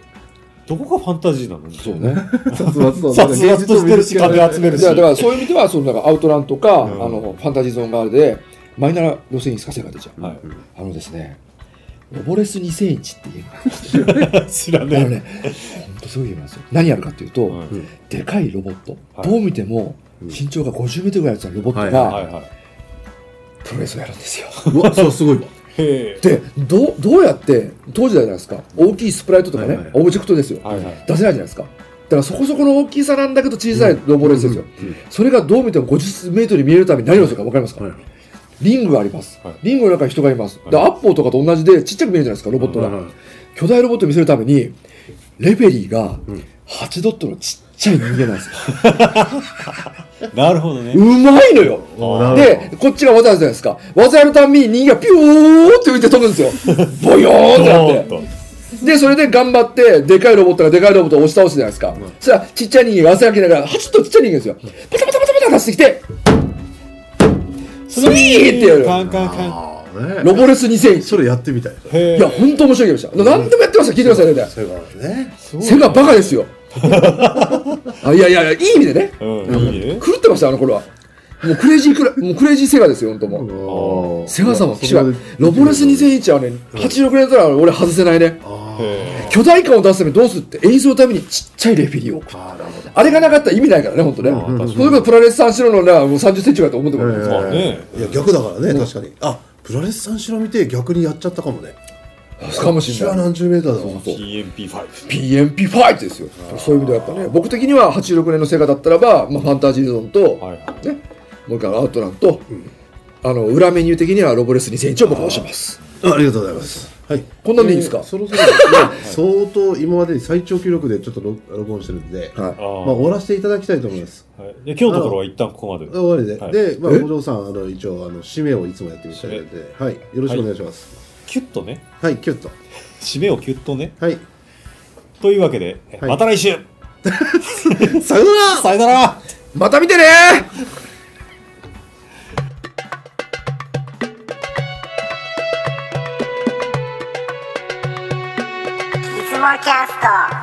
[SPEAKER 2] どこがファンタジーなの
[SPEAKER 3] そうね。
[SPEAKER 1] 殺伐と
[SPEAKER 2] 殺伐としてるし、金集める
[SPEAKER 3] い
[SPEAKER 2] し。
[SPEAKER 3] やだからそういう意味ではそのなんかアウトランとか、
[SPEAKER 2] うん
[SPEAKER 3] あのファンタジーゾーンがあるでマイナー路線にかせが出ちゃう、
[SPEAKER 2] はい
[SPEAKER 3] あのですね「溺れす2001」っていうゲームなんです
[SPEAKER 2] 知ら
[SPEAKER 3] けどあの
[SPEAKER 2] ね
[SPEAKER 3] ね本当すごいゲームなんですよ何やるかっていうと、
[SPEAKER 2] え。はい
[SPEAKER 3] でかいロボット、
[SPEAKER 2] はい
[SPEAKER 3] どう見ても
[SPEAKER 1] うん
[SPEAKER 3] 身長が5 0ルぐらいあるロボット
[SPEAKER 2] はい
[SPEAKER 3] が
[SPEAKER 2] はい。
[SPEAKER 3] プロレスをやるんですよ、
[SPEAKER 1] うわそうす ごいわ
[SPEAKER 2] へえ。
[SPEAKER 3] でどうどうやって当時だじゃないですか大きいスプライトとかね、
[SPEAKER 1] はいはい
[SPEAKER 3] オブジェクトですよ、
[SPEAKER 2] はいはい。
[SPEAKER 3] 出せないじゃないですかだからそこそこの大きさなんだけど小さいロボレスですよ、それがどう見ても50メートルに見えるために何をするか分かりますか、
[SPEAKER 1] はい
[SPEAKER 3] リングがあります、
[SPEAKER 2] はい
[SPEAKER 3] リングの中に人がいます、で
[SPEAKER 2] は
[SPEAKER 3] ア
[SPEAKER 2] い
[SPEAKER 3] ッポーとかと同じでちっちゃく見えるじゃないですかロボットが、
[SPEAKER 1] はいはい
[SPEAKER 3] 巨大ロボットを見せるためにレフェリーが8ドットのちっちゃい人間なんですよ
[SPEAKER 2] なるほどね。
[SPEAKER 3] うまいのよ
[SPEAKER 1] なるほ
[SPEAKER 3] でこっちが技あるじゃないですか技やるたんびに人間がピューって浮いて飛ぶんですよボヨーンっ
[SPEAKER 2] ド
[SPEAKER 3] てな
[SPEAKER 2] ー
[SPEAKER 3] っ
[SPEAKER 2] ン
[SPEAKER 3] て
[SPEAKER 2] と。
[SPEAKER 3] でそれで頑張ってでかいロボットがでかいロボットを押し倒すじゃないですか、そしたらちっちゃい人間が汗かきながら8ドットちっちゃい人間ですよパタパタパタパタ出してきてスリーってやる
[SPEAKER 2] カンカンカン。
[SPEAKER 1] あー
[SPEAKER 3] ロ
[SPEAKER 1] ね
[SPEAKER 3] ボレス2001
[SPEAKER 1] それやってみたいそれ
[SPEAKER 2] へえ。
[SPEAKER 3] いや、本当面白いゲームでした。何でもやってました。聞いてください、ね。
[SPEAKER 1] そういうことね
[SPEAKER 2] す ごい
[SPEAKER 3] セガバカですよ。あいやいやいや、いい意味でね。
[SPEAKER 2] うん、いいね。
[SPEAKER 3] 狂ってました、あの頃は。もうクレイジークラ、もうクレイジーセガですよ、本当もう。
[SPEAKER 1] おー
[SPEAKER 3] セガさんは、
[SPEAKER 1] そこまで
[SPEAKER 3] ロボレス2001はね、86年から俺外せないね。
[SPEAKER 1] あー
[SPEAKER 2] へ
[SPEAKER 3] 巨大感を出すためにどうするって、演奏のためにちっちゃいレフェリーを置く。
[SPEAKER 1] あーなるほど
[SPEAKER 3] あれがなかったら意味ないからね、本当ね。
[SPEAKER 2] うん
[SPEAKER 3] それこそプラレス三四郎のね、もう30センチぐらいと思ってもらう
[SPEAKER 2] えまあね
[SPEAKER 1] いや逆だからね確かにあプロレス三四郎見て逆にやっちゃったかもね
[SPEAKER 3] かもし
[SPEAKER 1] 知
[SPEAKER 3] れ
[SPEAKER 1] ら
[SPEAKER 3] ない。
[SPEAKER 1] 何十メーターだもん
[SPEAKER 3] そう
[SPEAKER 2] PMP5。
[SPEAKER 3] PMP ファイトですよ。そういう意味ではやっぱね、僕的には86年のセガだったらば、まあ、ファンタジーゾーンと、
[SPEAKER 2] はいはい。
[SPEAKER 3] ね、もう一回アウトランと、あの裏メニュー的にはロボレス2001を僕は押します
[SPEAKER 1] ありがとうございますはい
[SPEAKER 3] こんなんでいいですか
[SPEAKER 1] そろそ ろですね相当今までに最長記録でちょっと録録音してるんでま
[SPEAKER 3] は
[SPEAKER 2] あ
[SPEAKER 3] い
[SPEAKER 1] あ
[SPEAKER 2] あ。
[SPEAKER 1] 終わらせていただきたいと思います
[SPEAKER 2] はいで今日のところは一旦ここまで。
[SPEAKER 1] 終わりで、
[SPEAKER 2] はい
[SPEAKER 1] で、まあ、
[SPEAKER 3] え
[SPEAKER 1] お嬢さん、あの、一応、あの、締めをいつもやってみたいので、はい、よろしくお願いします。
[SPEAKER 2] キュッとね。
[SPEAKER 1] はい、キュッと。
[SPEAKER 2] 締めをキュッとね。
[SPEAKER 1] はい。
[SPEAKER 2] というわけで、
[SPEAKER 1] はい
[SPEAKER 2] また来週
[SPEAKER 1] さよなら
[SPEAKER 2] さよなら
[SPEAKER 3] また見てね
[SPEAKER 4] いつもキャスト